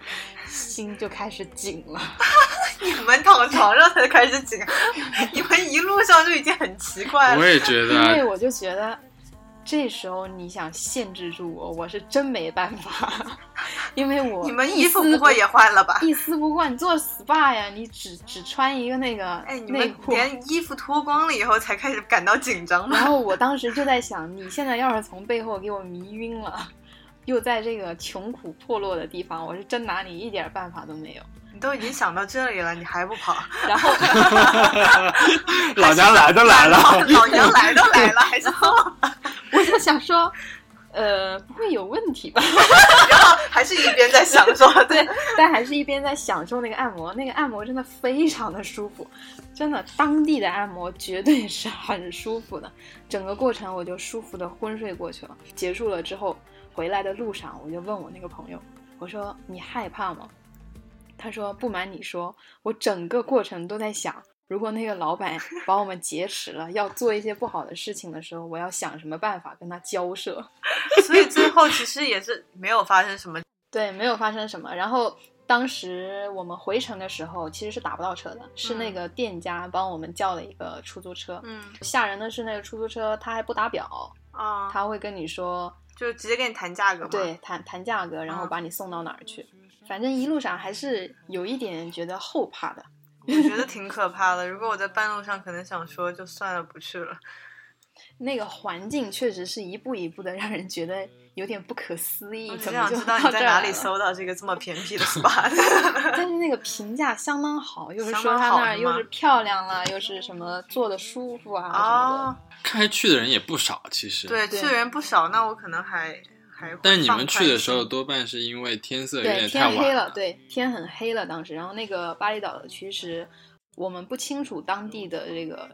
心就开始紧了。你们躺床上才开始紧，你们一路上就已经很奇怪我了。也觉因为得啊我就觉得，这时候你想限制住我，我是真没办法， 因为我你们一衣服丝不会也换了吧？ 一丝不挂，你做 SPA 呀，你只只穿一个那个哎，你内们裤。连衣服脱光了以后才开始感到紧张吗 然？后我当时就在想，你现在要是从背后给我迷晕了，又在这个穷苦破落的地方，我是真拿你一点办法都没有。你都已经想到这里了，你还不跑？然后 老娘来都来了，老娘来都来了，还是跑？我就想说，呃，不会有问题吧？然后还是一边在想说，对，但还是一边在享受那个按摩，那个按摩真的非常的舒服，真的当地的按摩绝对是很舒服的。整个过程我就舒服的昏睡过去了。结束了之后，回来的路上我就问我那个朋友，我说你害怕吗？他说不瞒你说，我整个过程都在想。如果那个老板把我们劫持了，要做一些不好的事情的时候，我要想什么办法跟他交涉。所以最后其实也是没有发生什么。对，没有发生什么。然后当时我们回程的时候，其实是打不到车的，是那个店家帮我们叫了一个出租车。嗯吓人的是，那个出租车他还不打表，啊，他会跟你说，就直接跟你谈价格嘛。对，谈谈价格，然后嗯把你送到哪儿去。反正一路上还是有一点觉得后怕的。我觉得挺可怕的。如果我在半路上，可能想说就算了，不去了。那个环境确实是一步一步的，让人觉得有点不可思议我。只怎么嗯想就知道到这你在儿哪来里了搜到这个这么偏 僻的 spot。但是那个评价相当好，又是相说当它好那儿是又吗是漂亮啦，又是什么做的舒服啊什么的。哦，开去的人也不少，其实。对，去的人不少，那我可能还还会。但是你们去的时候，，多半是因为天色有对，点天太黑晚了，，对，天很黑了。当时，然后那个巴厘岛其实我们不清楚当地的这个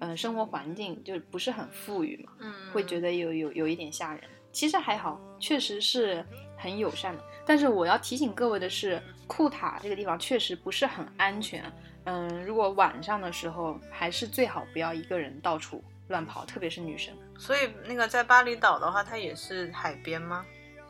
呃生活环境就不是很富裕嘛，嗯，会觉得有有有一点吓人。其实还好，确实是很友善的。但是我要提醒各位的是，库塔这个地方确实不是很安全。嗯，如果晚上的时候，还是最好不要一个人到处乱跑，特别是女生。所以那个在巴厘岛的话，它也是海边吗？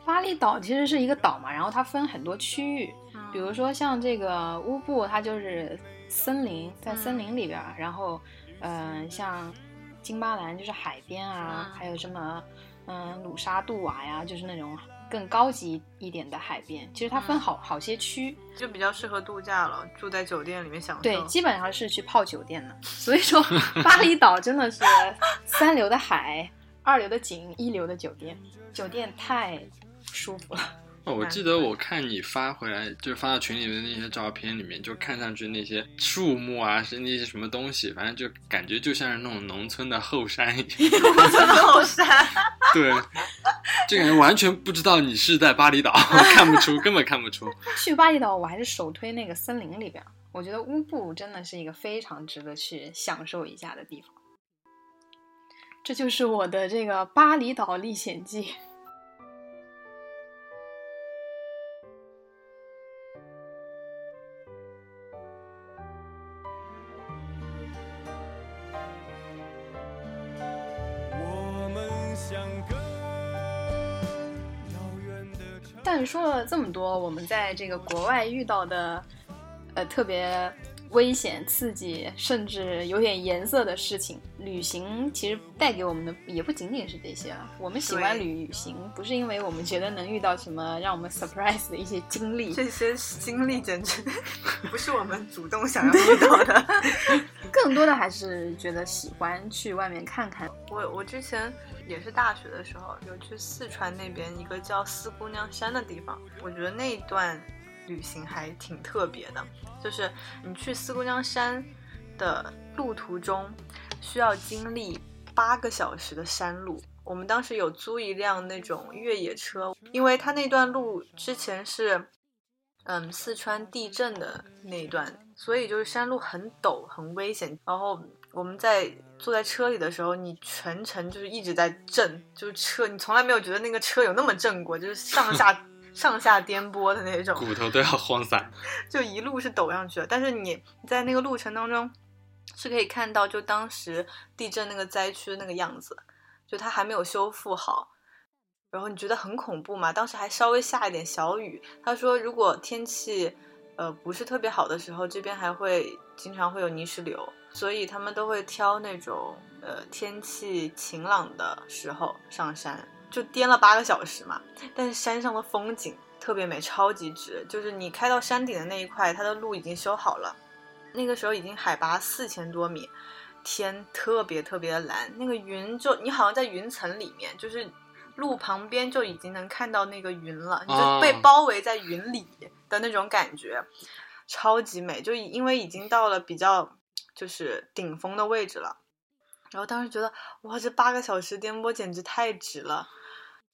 巴厘岛其实是一个岛嘛，然后它分很多区域，比如说像这个乌布，它就是森林，在森嗯林里边儿，然后，嗯、像金巴兰就是海边啊，嗯还有什么，嗯、鲁沙杜瓦呀，就是那种更高级一点的海边。其实它分嗯好好些区，就比较适合度假了，住在酒店里面享受。 对，基本上是去泡酒店的。 所以说，巴厘岛真的是三流的海，二流的景，一流的酒店，酒店太舒服了。哦，我蛮记得我看你发回来，就发到群里的那些照片里面，就看上去那些树木啊，是那些什么东西，反正就感觉就像是那种农村的后山一样。后山，对，就感觉完全不知道你是在巴厘岛， 看不出，根本看不出。去巴厘岛，我还是首推那个森林里边儿。我觉得乌布真的是一个非常值得去享受一下的地方。这就是我的这个巴厘岛历险记。 我们相隔遥远的城但是说了这么多，我们在这个国外遇到的，呃，特别危险、刺激，甚至有点颜色的事情，旅行其实带给我们的也不仅仅是这些啊。我们喜欢对旅行，不是因为我们觉得能遇到什么让我们 surprise 的一些经历， 这些经历简直 不是我们主动想要遇到的。更多的还是觉得喜欢去外面看看。我我之前也是大学的时候有去四川那边一个叫四姑娘山的地方，我觉得那一段旅行还挺特别的，就是你去四姑娘山的路途中需要经历八个小时的山路。我们当时有租一辆那种越野车，因为它那段路之前是，嗯，四川地震的那一段，所以就是山路很陡，很危险。然后我们在坐在车里的时候，你全程就是一直在震，就是车，你从来没有觉得那个车有那么震过，就是上下 上下颠簸的那种。骨头都要晃散。就一路是陡上去的。但是你在那个路程当中，是可以看到就当时地震那个灾区的那个样子，就它还没有修复好。然后你觉得很恐怖嘛？当时还稍微下一点小雨。他说，如果天气呃不是特别好的时候，这边还会经常会有泥石流，所以他们都会挑那种呃天气晴朗的时候上山，就颠了八个小时嘛。但是山上的风景特别美，超级值。就是你开到山顶的那一块，它的路已经修好了，那个时候已经海拔四千多米，天特别特别的蓝，那个云就你好像在云层里面，就是路旁边就已经能看到那个云了，你就被包围在云里的那种感觉，超级美。就因为已经到了比较就是顶峰的位置了。然后当时觉得，哇，这八个小时颠簸简直太值了！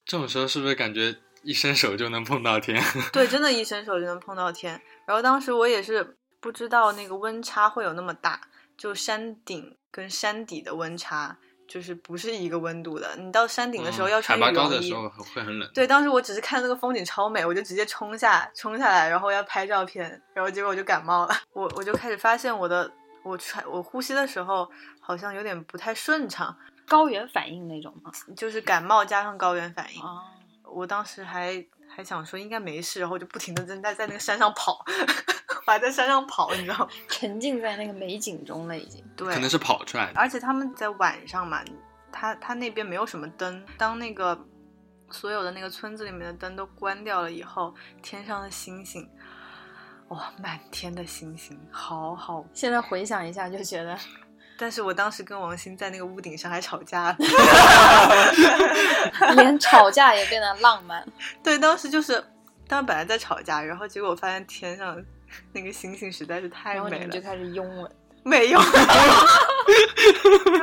这种时候是不是感觉一伸手就能碰到 天？对，真的，一伸手就能碰到天。然后当时我也是不知道那个温差会有那么大，就山顶跟山底的温差就是不是一个温度的。你到山顶的时候要嗯海穿羽拔绒衣，高的时候会很冷。对，当时我只是看那个风景超美，我就直接冲下冲下来，然后要拍照片，然后结果我就感冒了。 我我就开始发现我的我喘我呼吸的时候好像有点不太顺畅，高原反应那种吗？就是感冒加上高原反应。哦，我当时还还想说应该没事，然后我就不停的在在在那个山上跑， 我还在山上跑，你知道吗？沉浸在那个美景中了，已经。对，可能是跑出来的，而且他们在晚上嘛，他他那边没有什么灯，当那个所有的那个村子里面的灯都关掉了以后，天上的星星，哇，满天的星星，好好。现在回想一下，就觉 得但是我当时跟王鑫在那个屋顶上还吵架了。 连吵架也变得浪漫。对，当时就是，当时本来在吵架，然后结果我发现天上那个星星实在是太然后你美们了就，开始拥吻，没有，然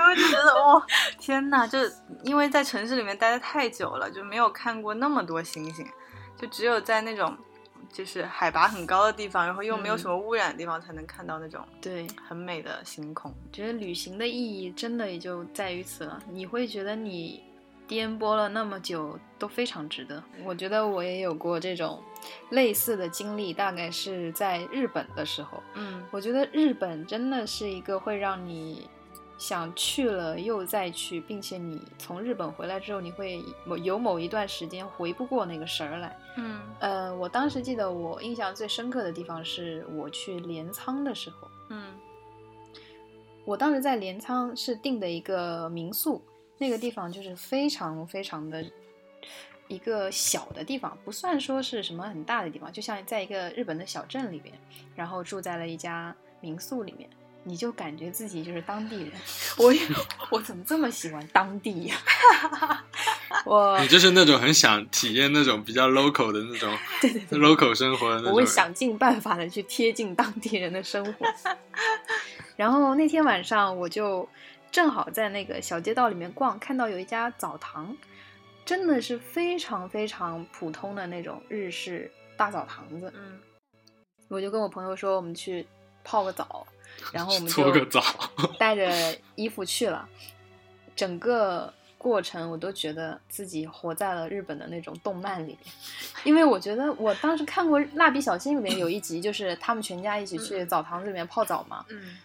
后就觉得哦，天哪！就是因为在城市里面待的太久了，就没有看过那么多星星，就只有在那种就是海拔很高的地方，然后又没有什么污染的地方，才能看到那种对，很美的星空。觉得旅行的意义真的也就在于此了。你会觉得你颠簸了那么久都非常值得。我觉得我也有过这种类似的经历，大概是在日本的时候。嗯我觉得日本真的是一个会让你想去了又再去，并且你从日本回来之后，你会某有某一段时间回不过那个神儿来。嗯呃，我当时记得我印象最深刻的地方是我去镰仓的时候。嗯我当时在镰仓是订的一个民宿，那个地方就是非常非常的一个小的地方，不算说是什么很大的地方，就像在一个日本的小镇里边，然后住在了一家民宿里面，你就感觉自己就是当地人。 我也我怎么这么喜欢当地呀、 我 呃你就是那种很想体验那种比较 local 的那种 local 生活的那种人。我会想尽办法的去贴近当地人的生活。 然后那天晚上我就正好在那个小街道里面逛，看到有一家澡堂，真的是非常非常普通的那种日式大澡堂子。嗯，我就跟我朋友说，我们去泡个 澡，然后我们搓就个澡， 带着衣服去了。整个过程我都觉得自己活在了日本的那种动漫里面，因为我觉得我当时看过《蜡笔小新》里面有一集，就是他们全家一起嗯去澡堂子里面泡澡嘛，嗯，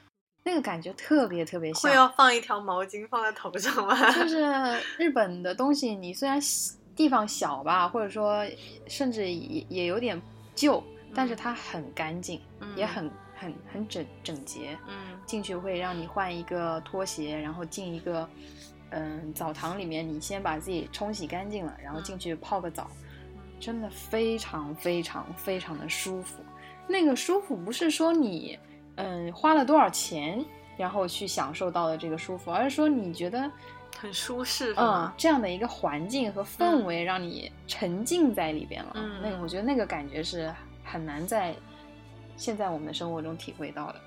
那个感觉特别特别像哦会。要放一条毛巾放在头上吗？就是日本的东西，你虽然小地方小吧，或者说甚至也也有点旧，嗯但是它很干净， 也很很很整整洁。嗯进去会让你换一个拖鞋，然后进一个嗯澡堂里面，你先把自己冲洗干净了，然后进去泡个澡，真的非常非常非常的舒服。那个舒服不是说你嗯花了多少钱然后去享受到的这个舒服，而是说你觉得很舒适是嗯吗？这样的一个环境和氛围让你沉浸在里边了。嗯那个我觉得那个感觉是很难在现在我们的生活中体会到的。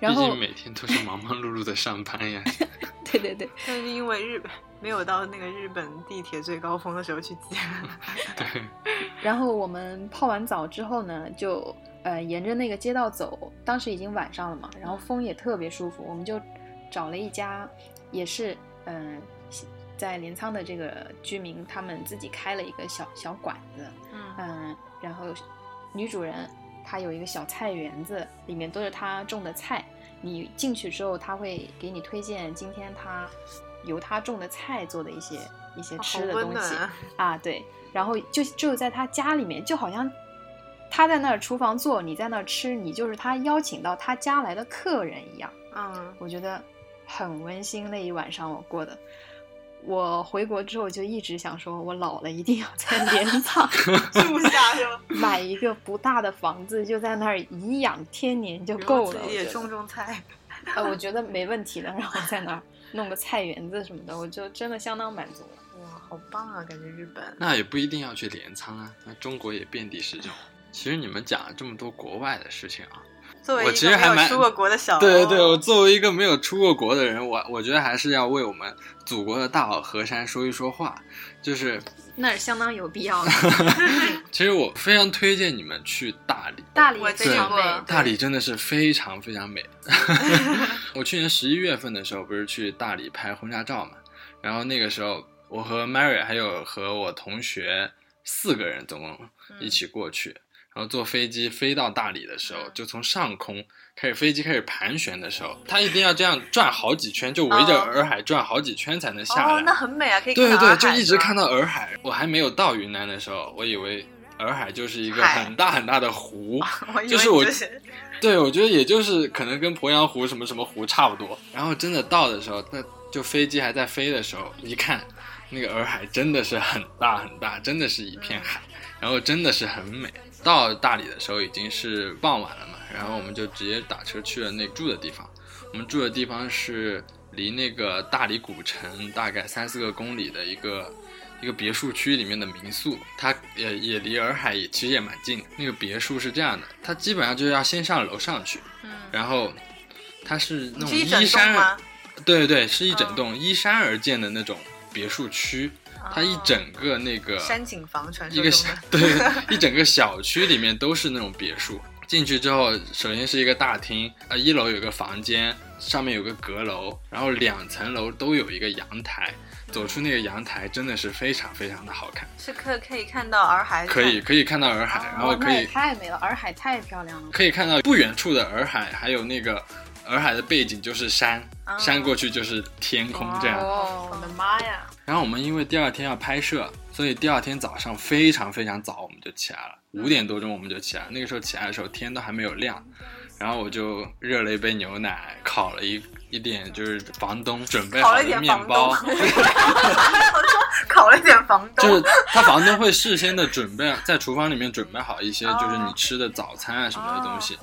然毕后竟每天都是忙忙碌碌的上班 呀。对对对，但是因为日本没有到那个日本地铁最高峰的时候去接，对，然后我们泡完澡之后呢，就呃沿着那个街道走，当时已经晚上了嘛，然后风也特别舒服，我们就找了一家也是嗯、呃在镰仓的这个居民他们自己开了一个小小馆子，嗯嗯，然后女主人她有一个小菜园子，里面都是她种的菜。你进去之后，她会给你推荐今天她由她种的菜做的一些一些啊好 吃的温东西暖，啊，对。然后就就在她家里面，就好像她在那儿厨房做，你在那儿吃，你就是她邀请到她家来的客人一样。嗯我觉得很温馨。那一晚上我过的，我回国之后就一直想说，我老了一定要 在镰仓住 下是啊吧？买一个不大的房子，就在那儿颐养天年就然后够了自。己我也觉得种种菜，呃，我觉得没问题的。然后在那儿弄个菜园子什么的，我就真的相当满足了。哇，好棒啊！感觉日本，那也不一定要去镰仓啊，那中国也遍地是种。其实你们讲了这么多国外的事情啊，作为我一其个实没还有蛮出过国的小哦欧，对对对，我作为一个没有出过国的人，我我觉得还是要为我们祖国的大好河山说一说话。就是，那是相当有必要的。其实我非常推荐你们去大理， 大理我也去非常过美，嗯大理真的是非常非常美。 我去年十一月份的时候，不是去大理拍婚纱照嘛，然后那个时候我和 Mary 还有和我同学四个人总共嗯一起过去，然后坐飞机飞到大理的时候，就从上空开始飞机开始盘旋的时候，它一定要这样转好几圈，就围着哦洱海转好几圈才能下来。哦，那很美啊，可以对看对，洱就海一直是吧看到洱海。我还没有到云南的时候，我以为洱海就是一个海哦很大很大的湖，我以为就是我你是 对，我觉得也就是可能跟鄱阳湖什么什么湖差不多。然后真的到的时候，那就飞机还在飞的时候，一看那个洱海真的是很大很大，真的是一片海，然后真的是很美。到大理的时候已经是傍晚了嘛，然后我们就直接打车去了那住的地方。我们住的地方是离那个大理古城大概三四个公里的一个一个别墅区里面的民宿，它也也离洱海也其实也蛮近的。那个别墅是这样的，它基本上就是要先上楼上去，然后它是那嗯种你是一依整栋山而吗？对对，是一整栋依山而建的那种别墅区，它一整个那个山景房传一说个中小的 对一整个小区里面都是那种别墅。进去之后，首先是一个大厅，呃，一楼有个房间，上面有个阁楼，然后两层楼都有一个阳台。走出那个阳台真的是非常非常的好看，是可可以看到洱海，可以可以看到洱海，然后哇可哦那也以太美了，洱海太漂亮 了。可以看到不远处的洱海，还有那个洱海的背景就是山，啊山过去就是天空这样。哦，我的妈呀！然后我们因为第二天要拍摄，所以第二天早上非常非常早我们就起来了，嗯五点多钟我们就起来了。那个时候起来的时候天都还没有亮，然后我就热了一杯牛奶，烤了一一点就是房东准备烤好了一的点面房东，包我，说烤了一点房 就东是，他房东会事先的准备在厨房里面准备好一些就是你吃的早餐啊什么的东西，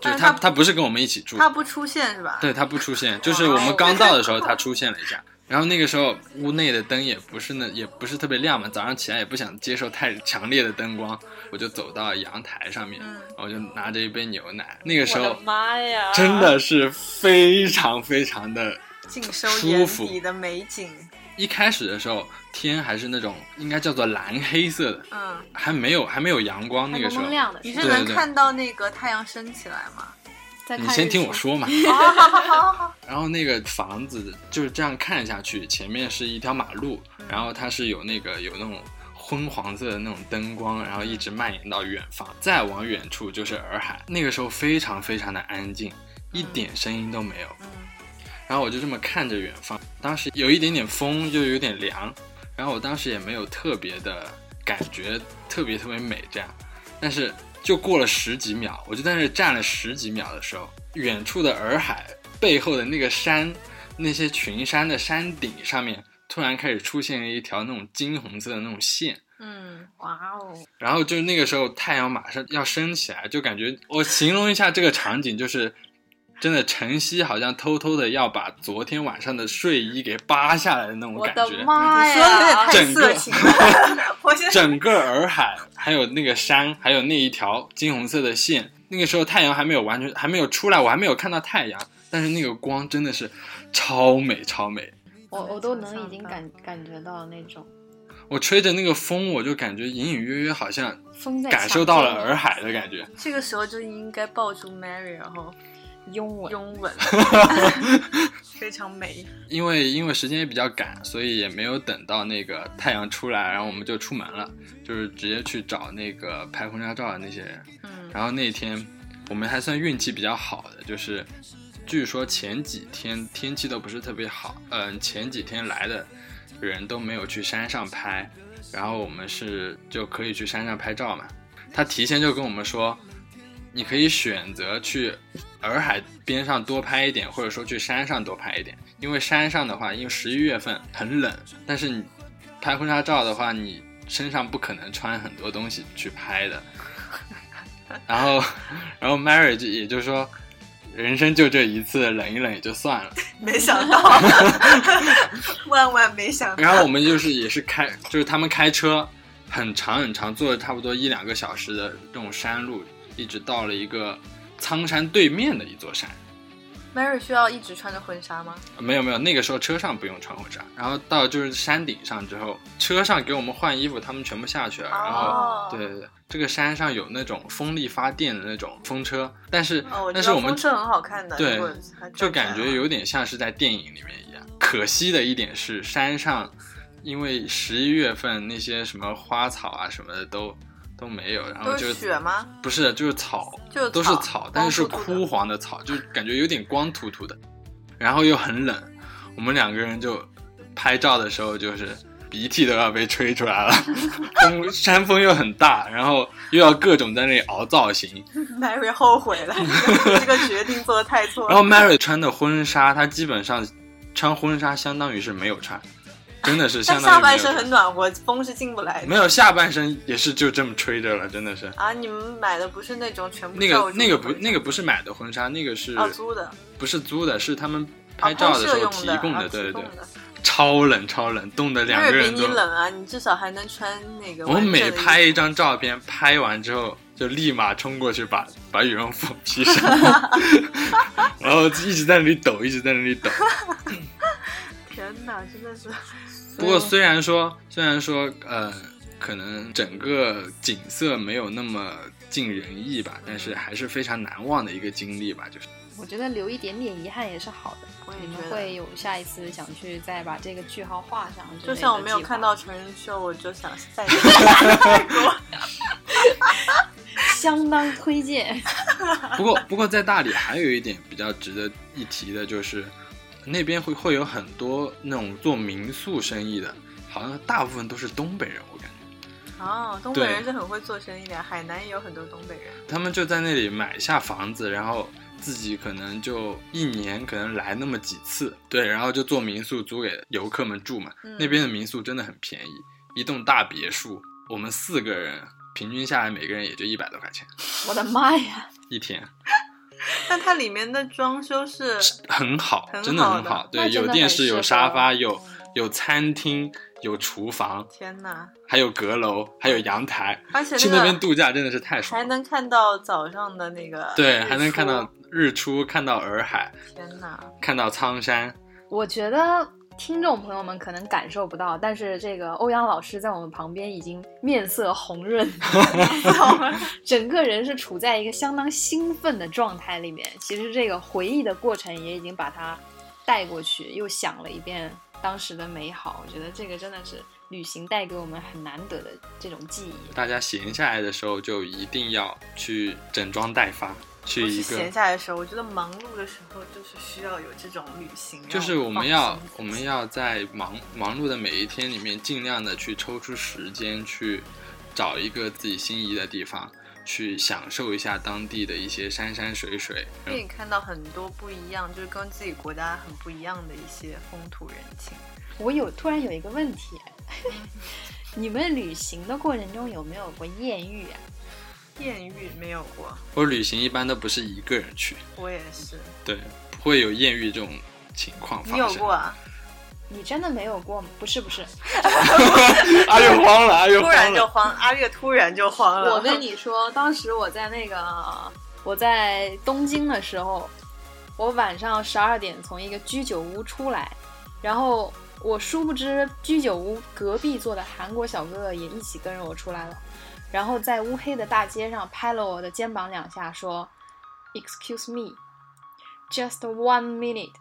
就哦但是是他他他不是跟我们一起住，他不出现是吧？对，他不出现，就是我们刚到的时候他出现了一下，然后那个时候屋内的灯也不是那也不是特别亮嘛，早上起来也不想接受太强烈的灯光，我就走到阳台上面，嗯然后就拿着一杯牛奶，那个时我的候妈呀！真的是非常非常的。尽收眼舒服底的美景，一开始的时候天还是那种应该叫做蓝黑色的，嗯，还没有还没有阳光那还个蒙时候蒙。亮的，你吧是对能看到那个太阳升起来吗？在你看先日听出我。说嘛，好好好好，然后那个房子就是这样看下去，前面是一条马路，然后它是有那个有那种昏黄色的那种灯光，然后一直蔓延到远方，再往远处就是洱海。那个时候非常非常的安静，一点声音都没有。嗯然后我就这么看着远方，当时有一点点风，就有点凉，然后我当时也没有特别的感觉，特别特别美这样，但是就过了十几秒，我就在那站了十几秒的时候，远处的洱海背后的那个山，那些群山的山顶上面，突然开始出现了一条那种金红色的那种线，嗯，哇哦！然后就那个时候太阳马上要升起来，就感觉我形容一下这个场景，就是真的晨曦好像偷偷的要把昨天晚上的睡衣给扒下来的那种我感的觉。妈你说的有点呀！太哎整色个情了， 我现在整个洱海，还有那个山，还有那一条金红色的线。那个时候太阳还没有完全还没有出来，我还没有看到太阳，但是那个光真的是超美超美。我我都能已经感感觉到那种我吹着那个风，我就感觉隐隐约约好像风在感受到了洱海的感觉。这个时候就应该抱住 Mary，然后拥吻。拥 吻，非常美。因为因为时间也比较赶，所以也没有等到那个太阳出来，然后我们就出门了，就是直接去找那个拍婚纱照的那些人。嗯然后那天我们还算运气比较好的，就是据说前几天天气都不是特别好，嗯、前几天来的人都没有去山上拍，然后我们是就可以去山上拍照嘛。他提前就跟我们说，你可以选择去洱海边上多拍一点，或者说去山上多拍一点，因为山上的话，因为十一月份很冷，但是你拍婚纱照的话，你身上不可能穿很多东西去拍的。 然后，然后 Mary 就也就说，人生就这一次，冷一冷也就算了。没 想到，万万没想到，然后我们就是也是开，就是他们开车很长很长，坐了差不多一两个小时的这种山路，一直到了一个苍山对面的一座山。 Mary 需要一直穿着婚纱吗？没有没有，那个时候车上不用穿婚纱，然后到就是山顶上之后，车上给我们换衣服，他们全部下去了，然后。哦，对对对，这个山上有那种风力发电的那种风车，但是、哦，我但知是道我们风车很好看的，啊对如果还穿就感上觉有点像是在电影里面一样。可惜的一点是，山上因为十一月份那些什么花草啊什么的都都没有，然后都就是雪吗？不是，就是草，就是都是草草，但是是光秃秃枯的黄的草，就感觉有点光秃秃的，然后又很冷。我们两个人就拍照的时候，就是鼻涕都要被吹出来了， 风山风又很大，然后又要各种在那里熬造型， Mary 后悔 了，这个决定做的太错然后了。 Mary 穿的婚纱，她基本上穿婚纱相当于是没有穿，真的是但相当于没下有半身穿很暖和，风是进不来没的。有下半身也是就这么吹着了，真的是。啊，你们买的不是那种全部那罩个住那个不的那个不是买的婚纱，那个是、啊租的，不是租的，是他们啊拍照的时摄候用提的，供的，啊对对对提供，的。超冷超冷，冻得两个 Mary 人比都你。冷啊，你至少还能穿那个。我们每拍，一张照片，拍完之后就立马冲过去把把羽绒服披 上， 然后一直在那里抖，一直在那里抖。天哪，真的是不过虽然说，虽然说，呃，可能整个景色没有那么尽人意吧，但是还是非常难忘的一个经历吧。就是我觉得留一点点遗憾也是好的。我也你们觉得会有下一次想去再把这个句号画上之类的计划，就像我没有看到成人秀，我就想 再相当推荐。 不过， 不过在大理还有一点比较值得一提的，就是那边会会有很多那种做民宿生意的，好像大部分都是东北人，我感觉哦，东北人对是很会做生意的，海南也有很多东北人。他们就在那里买下房子，然后自己可能就一年可能来那么几次，对，然后就做民宿租给游客们住嘛。嗯那边的民宿真的很便宜，一栋大别墅，我们四个人平均下来每个人也就一百多块钱我的妈呀！一天，但它里面的装修是，很好，很真的好很的好，那对，真的有很电视，适合有沙发，有有餐厅，有厨房。天哪！还有阁楼，还有阳台，而且去那那边个度假真的是太爽还了。能看到早上的那个，对，还能看到。日出，看到洱海，天哪！看到苍山。我觉得听众朋友们可能感受不到，但是这个欧阳老师在我们旁边已经面色红润， 整个人是处在一个相当兴奋的状态里面。其实这个回忆的过程也已经把他带过去，又想了一遍当时的美好。我觉得这个真的是旅行带给我们很难得的这种记忆。大家闲下来的时候就一定要去整装待发，去不一是个闲下来的时候，我觉得忙碌的时候就是需要有这种旅行，就是让我们放要松自己我们要在忙忙碌的每一天里面，尽量的去抽出时间去找一个自己心仪的地方，去享受一下当地的一些山山水水。可以看到很多不一样，就是跟自己国家很不一样的一些风土人情。我有突然有一个问题， 你们旅行的过程中有没有过艳遇啊？艳遇没有过，我旅行一般都不是一个人去，我也是。对，不会有艳遇这种情况发你生。有过啊？你真的没有过吗？不是不是，阿月哎慌了，阿月突然就慌，阿月突然就慌了。我跟你说，当时我在那个我在东京的时候，我晚上十二点从一个居酒屋出来，然后我殊不知居酒屋隔壁坐的韩国小哥哥也一起跟着我出来了，然后在乌黑的大街上拍了我的肩膀两下，说：“Excuse me, just one minute。”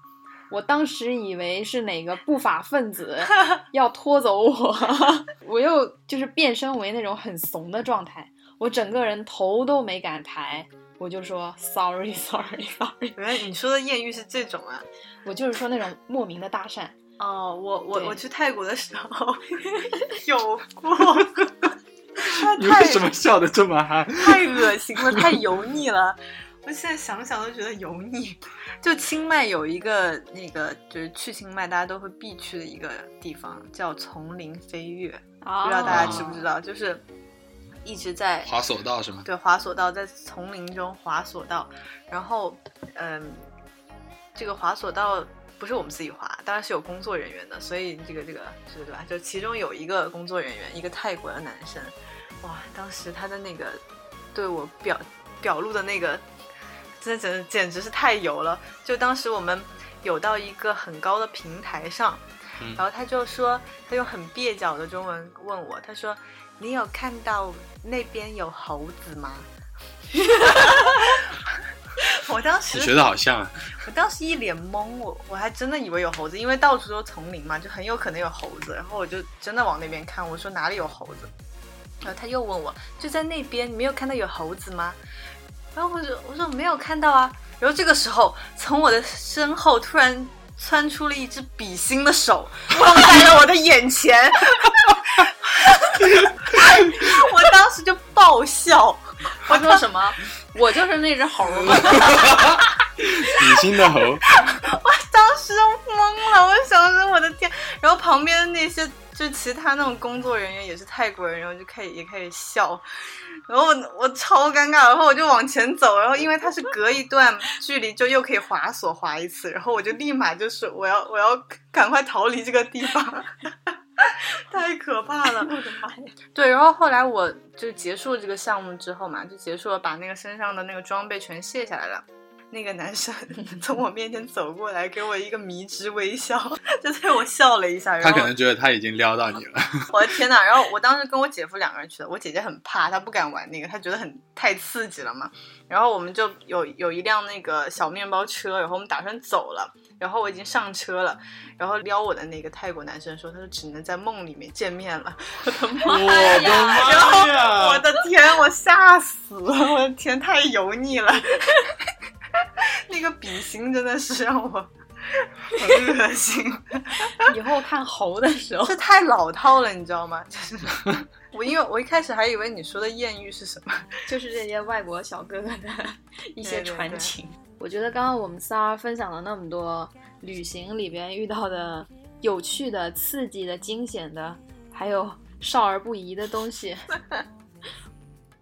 我当时以为是哪个不法分子要拖走我， 我又就是变身为那种很怂的状态，我整个人头都没敢抬，我就说 sorry sorry sorry，原来你说的艳遇是这种啊？我就是说那种莫名的搭讪，哦，我我对我去泰国的时 候有过， 你太为什么笑的这么憨？太恶心了，太油腻了。我现在想想都觉得油腻。就清迈有一个那个，就是去清迈大家都会必去的一个地方，叫丛林飞跃，啊不知道大家知不知？ 道？就是一直在滑索道是吗？对，滑索道在丛林中滑索道，然后，嗯，这个滑索道不是我们自己滑，当然是有工作人员的，所以这个这个是对吧？就其中有一个工作人员，一个泰国的男生，哇，当时他的那个对我表表露的那个，真的简简直是太油了。就当时我们有到一个很高的平台上，嗯然后他就说，他用很蹩脚的中文问我，他说：“你有看到那边有猴子吗？” 我当时你学的好像啊，我当时一脸懵，我我还真的以为有猴子，因为到处都丛林嘛，就很有可能有猴子。然后我就真的往那边看，我说哪里有猴子？然后他又问我，就在那边，你没有看到有猴子吗？然后我就我说没有看到啊。然后这个时候，从我的身后突然窜出了一只比心的手，放在了我的眼前。 我当时就爆笑，我说什么？我就是那只猴儿嘛，比心的 猴，当时都懵了，我想说我的天！然后旁边的那些就其他那种工作人员也是泰国人，然后就开始也开始笑，然后我我超尴尬，然后我就往前走，然后因为它是隔一段距离就又可以滑索滑一次，然后我就立马就是我要我要赶快逃离这个地方。 太可怕了！我的妈呀！对，然后后来我就结束这个项目之后嘛，就结束了，把那个身上的那个装备全卸下来了。那个男 生从我面前走过来，给我一个迷之微笑， 就对我笑了一下。他然后可能觉得他已经撩到你了，我的天呐！然后我当时跟我姐夫两个人去的，我姐姐很怕，她不敢玩那个，她觉得很太刺激了嘛。然后我们就有有一辆那个小面包车，然后我们打算走了，然后我已经上车了，然后撩我的那个泰国男生说，他说只能在梦里面见面了。我的妈！我的妈呀！我的天，我吓死了！我的天，太油腻了， 那个笔型真的是让我很恶心。以后看猴的时候，这太老套了，你知道吗？就是 我，因为我一开始还以为你说的艳遇是什么， 就是这些外国小哥哥的一些对对传对情。我觉得刚刚我们仨分享了那么多旅行里边遇到的有趣的、刺激的、惊险的，还有少儿不宜的东西。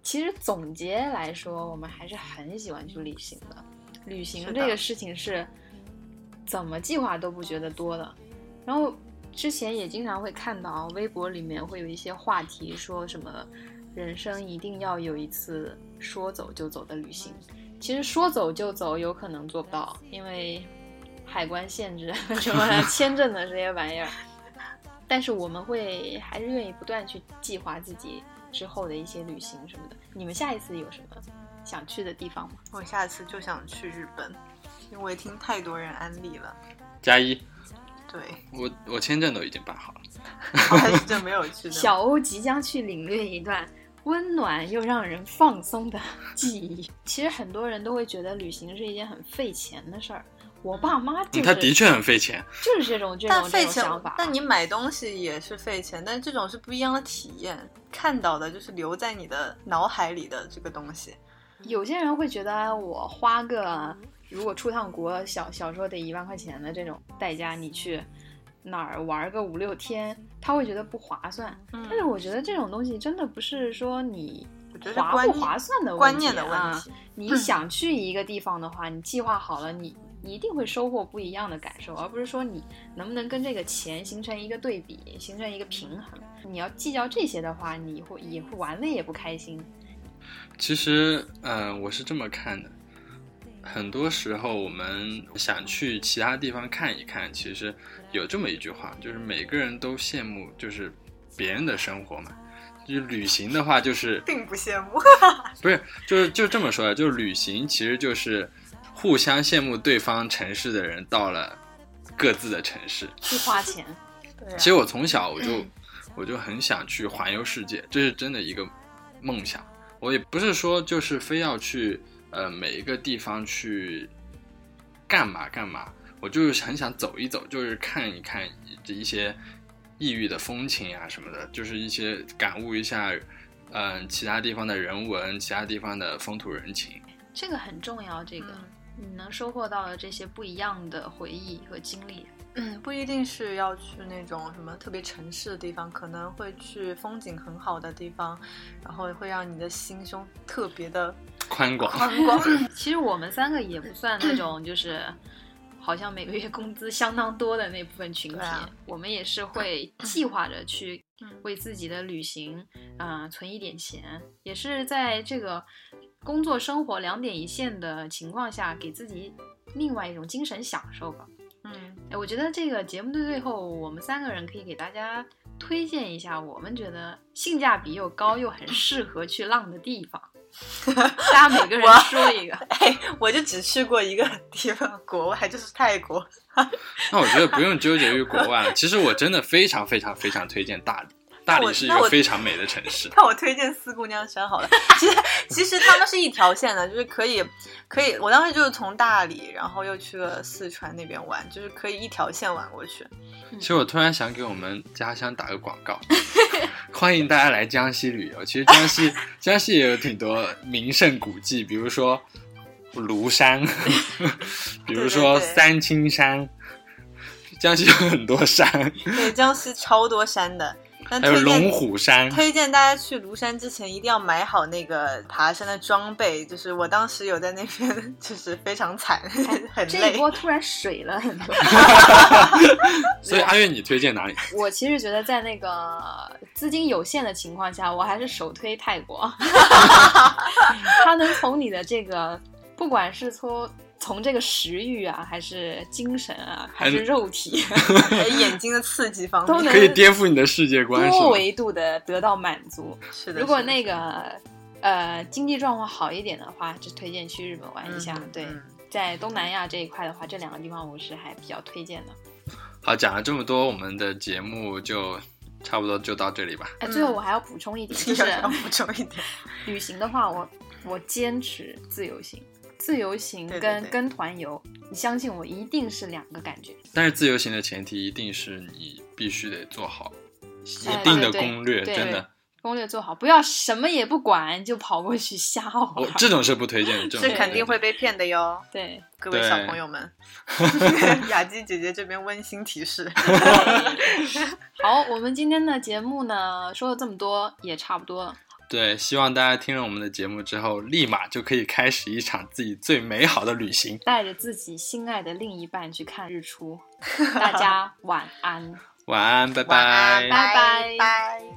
其实总结来说，我们还是很喜欢去旅行的。旅行是的这个事情是怎么计划都不觉得多的。然后之前也经常会看到微博里面会有一些话题，说什么人生一定要有一次说走就走的旅行。其实说走就走有可能做不到，因为海关限制 什 么签证的这些玩意儿。但是我们会还是愿意不断去计划自己之后的一些旅行什么的。你们下一次有什么想去的地方吗？我下次就想去日本，因为我也听太多人安利了。加一， 对，我我签证都已经办好了。我还是真没有去的。小欧即将去领略一段温暖又让人放松 的记忆。其实很多人都会觉得旅行是一件很费钱的事儿。我爸妈就嗯，是、他的确很费钱。就是这种这但种这费种钱想法，。但你买东西也是费钱，但这种是不一样的体验，看到的就是留在你的脑海里的这个东西。有些人会觉得啊我花个如果出趟国小小时候得一万块钱的这种代价，你去哪儿玩个五六天，他会觉得不划算。嗯但是我觉得这种东西真的不是说你我觉得是划观不念划算的观念的问问啊题。嗯你想去一个地方的话，你计划好了，你你一定会收获不一样的感受，而不是说你能不能跟这个钱形成一个对比，形成一个平衡。你要计较这些的话，你会也会玩的也不开心。其实，嗯、我是这么看的。很多时候，我们想去其他地方看一看，其实有这么一句话，就是每个人都羡慕就是别人的生活嘛。就是旅行的话，就是并不羡 慕，不是就是就这么说的，就是旅行其实就是互相羡慕对方城市的人到了各自的城市。去花钱，对啊嗯其实我从小我就我就很想去环游世界，这是真的一个梦想。我也不是说就是非要去呃每一个地方去干嘛干嘛，我就是很想走一走，就是看一看这一些异域的风情啊什么的，就是一些感悟一下嗯、呃其他地方的人文、其他地方的风土人情。这个很重要。嗯这个、你能收获到的这些不一样的回忆和经历，嗯，不一定是要去那种什么特别城市的地方，可能会去风景很好的地方，然后会让你的心胸特别的宽广，宽 广。其实我们三个也不算那 种就是好像每个月工资相当多的那部分群体，对啊我们也是 会计划着去嗯为自己的旅行啊、呃存一点钱，也是在这个工作生活两点一线的情况下，给自己另外一种精神享受吧。嗯，哎，我觉得这个节目的最后，我们三个人可以给大家推荐一下我们觉得性价比又高又很适合去浪的地方。大家每 个人哇说一个，哎，我就只去过一个 地方，国外就是泰国。那我觉得不用纠结于国外了。其实我真的非常非常非常推荐大理，大理是一那个我非常美的城市。看我推荐四姑娘山好了，其实其实他们是一条线的，就是可以可以，我当时就是从大理，然后又去了四川那边玩，就是可以一条线玩过去。其实我突然想给我们家乡打个广告， 欢迎大家来江西旅游。其实江 西江西也有挺多名胜古迹，比如说庐 山，比如说对对对三清山。江西有很多山，对，江西超多山的，但还有推荐龙虎山。推荐大家去庐山之前一定要买好那个爬山的装备，就是我当时有在那边，就是非常惨， 很 哎这一累。波突然水了很多。所以阿月，你推荐哪里？我其实觉得在那个资金有限的情况下，我还是首推 泰国。它能从你的这个，不管是从从这个食欲啊，还是精神啊，还还是能肉体还有眼睛的刺激方都面能可以颠覆你的世界观，是多吗？维度的得到满足。是的。如果是的那个呃经济状况好一点的话，就推荐去日本玩一下。嗯对，嗯在东南亚这一块的话，这两个地方我是还比较推荐的。好，讲了这么多，我们的节目就差不多就到这里吧。哎，嗯最后我还要补充 一点，就有是点要补充一点，旅行的话，我我坚持自由行。自由行对对跟对跟团游，你相信我，一定是两个感觉。但是自由行的前提一定是你必须得做好哎一定的对对攻略，对真的，攻略做好，不要什么也不管就跑过去瞎玩我儿。这种是不推荐的，这种这是肯定不推荐会被骗的哟，对，各位对小朋友 们。雅姬姐姐这边温馨提示，好，我们今天的节目呢，说了这么多，也差不多了。对，希望大家听了我们的节目之后，立马就可以开始一场自己最美好的旅行。带着自己心爱的另一半去看日出，大家晚安。晚安，拜晚安，拜拜拜。